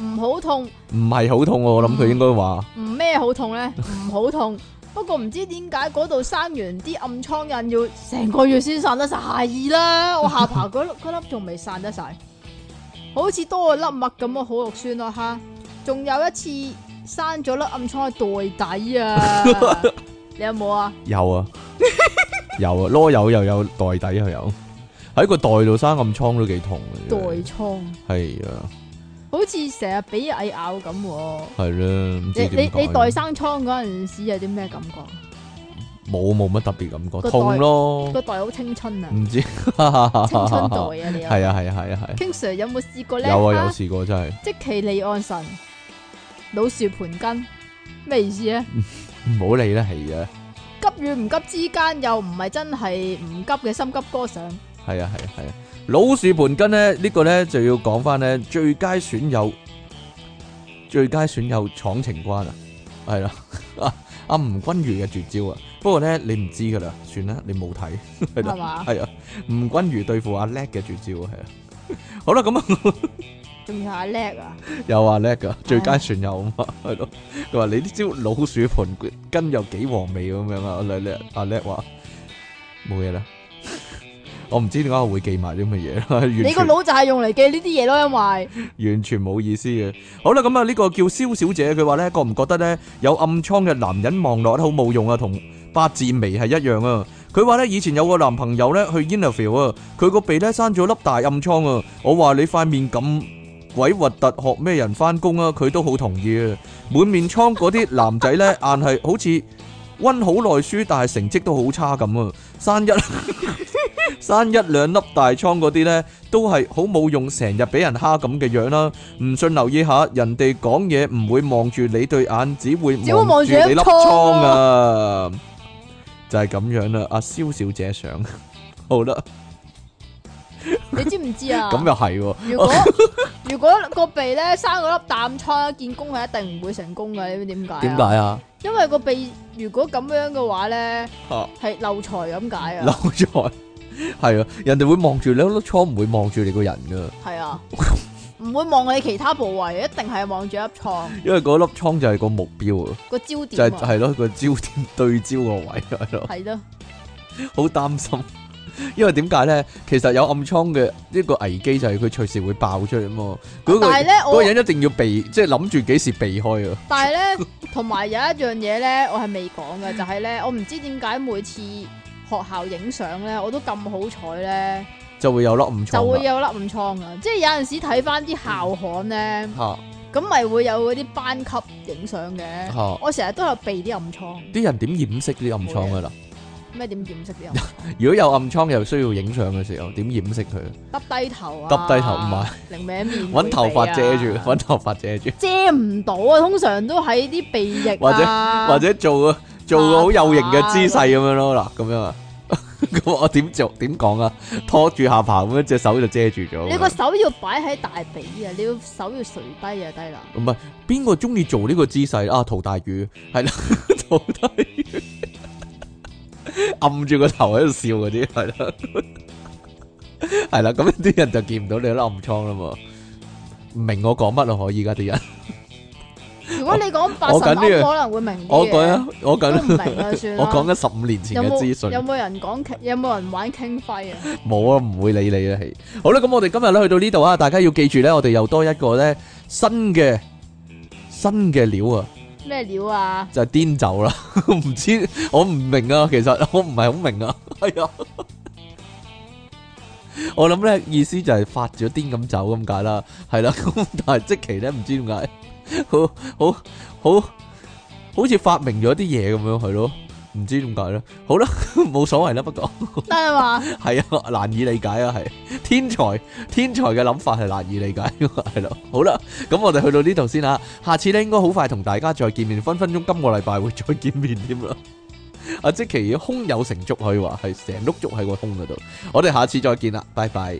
唔好痛，
唔係好痛喎我諗佢應該話
唔咩好痛呢？唔好痛。不過唔知點解嗰度生完啲暗瘡印要成個月先散得晒啦，我下巴嗰粒嗰粒仲未散得晒，好似多個粒癦咁啊，好肉酸咯哈！仲有一次生咗粒暗瘡喺袋底 啊，你有冇啊？
有啊，有啊，啰柚又有袋底又有，喺個袋度生暗瘡都幾痛嘅。
袋瘡
係啊。
好似成日俾蟻咬咁喎。
系啦，唔
你
知
你
點
你
解
袋生瘡嗰陣時有啲咩感覺？
冇冇乜特別感覺，
個袋
痛咯，
個袋好青春啊，
唔知青
青春
春
袋啊你
嗯
啊
係啊係啊係啊係啊，
，King Sir 有冇試過咧？
有啊
哈
有試過真係，
即其利岸神，老樹盤根，咩意思咧？
唔好理啦，係啊
急與唔急之間，又唔係真係唔急嘅心急歌上，
係啊係啊係啊，老樹盤根咧呢個咧就要講翻咧最佳損友，最佳損友闖情關啊，係啦， 啊阿吳君如嘅絕招啊，不過咧你唔知㗎啦，算啦，你冇睇係
係
啦，
嘛？
係啊，吳君如對付阿叻嘅絕招啊，係啊，好啦咁啊。
仲要阿叻啊！
有啊叻噶，最佳船友啊嘛， 係咯。佢話你呢招老鼠盤根又幾黃味咁樣啊，叻叻阿叻話冇嘢啦。 我唔知點解我會記埋啲乜嘢啦， 完
你個
全
腦就係用嚟記呢啲嘢咯，因為
完全冇意思嘅。好啦，咁啊呢個叫蕭小姐，佢話咧覺唔覺得咧有暗瘡嘅男人望落咧好冇用啊，同八字眉係一樣啊。佢話咧以前有個男朋友咧去 interview 啊，佢個鼻咧生咗粒大暗瘡啊。我話你塊面咁鬼核突，學咩人翻工啊？佢都好同意啊。滿面瘡嗰啲男仔咧，硬係好似温好耐書，但係成績都好差咁啊！生一 生一兩粒大瘡嗰啲咧，都係好冇用，成日俾人蝦咁嘅樣啦。唔信留意下，人哋講嘢唔會望住你對眼，只會
只會
望
望
住
住
你
你
粒
粒
瘡啊！就係咁樣啦，阿蕭小姐想 好啦，
你知唔知啊？
咁又係喎。
如果 如果個鼻咧生嗰粒淡瘡，見工係一定唔會成功嘅，你知唔知點解？
點？解啊？
因為個鼻如果咁樣嘅話咧，
嚇
係漏財咁解
啊漏
啊，
咗係啊！人哋會望住你粒瘡，唔會望住你個人噶。
係啊，唔會望你其他部位，一定係望住粒瘡
因為嗰粒瘡就係個目標啊，
個焦
就係
點啊。
係咯個焦點對焦個位係咯，
系咯，
好擔心。因為點解咧？其實有暗瘡嘅呢個危機就係佢隨時會爆出嚟啊嘛。嗰、個
但係咧
嗰個
我
人一定要避，即係諗住幾時避開啊。
但系咧，同埋有一樣嘢咧，我係未講
嗯
嘅，就係咧，我唔知點解每次學校影相咧，我都咁好彩咧，
就會有粒唔錯
就會
嘅
有粒唔創噶。即係有陣時睇翻啲校刊咧，
嚇
咁咪會有嗰啲班級影相嘅。
嚇。
我成日都有避啲暗瘡，
啲人點掩飾啲暗瘡噶啦？
咩點掩飾啲 暗瘡？
如果有暗瘡又需要影相嘅時候，點掩飾佢？
耷低頭啊，
耷低頭唔係
零歪面，
揾頭髮遮住，
會避啊
揾頭髮遮住，
遮唔到啊！通常都喺啲鼻翼
或者
啊
或者做個做個好有型嘅姿勢咁樣咯。嗱，咁樣啊， 咁我點做？點講啊？拖住下巴咁樣，隻手就遮住咗。
你個手要擺喺大髀啊，你要手要垂低啊，低啦。
唔係邊個中意做呢個姿勢啊？陶大宇係啦， 陶大宇暗住個頭喺度笑嗰啲係啦，係啦，咁啲人就見唔到你粒暗瘡啦嘛。唔明我講乜咯？可以而家啲人，
如果你講八
我緊
神
呢樣
庵可能會明
我講
啲嘅，
緊我
都唔明
講
啊，算啦。
我講緊十五年前
有
嘅資
冇
訊
有。冇人講傾有冇人玩傾輝啊？
冇啊，唔會理你啊，係。好啦，咁我哋今日咧去到呢度啊，大家要記住咧，我哋又多一個咧新嘅新嘅料啊，
咩料啊？
就係癲酒啦。 唔知我唔明啊，其實我 唔係好明啊， 係啊。我諗咧意思就係發咗癲咁走咁解啦， 係啦。咁但係即期咧唔知點解， 好好好好似發明咗啲嘢咁樣係咯，唔知點解咧。好啦， 冇所謂啦，不過。
得 啊嘛，
系啊，難以理解啊，係天才天才嘅諗法係難以理解㗎，係咯。好啦，咁我哋去到呢度先啦，下次咧應該好快同大家再見面，分分鐘今個禮拜會再見面添啦。阿即奇胸有成竹可以話係成碌竹喺個胸嗰度，我哋下次再見啦，拜拜。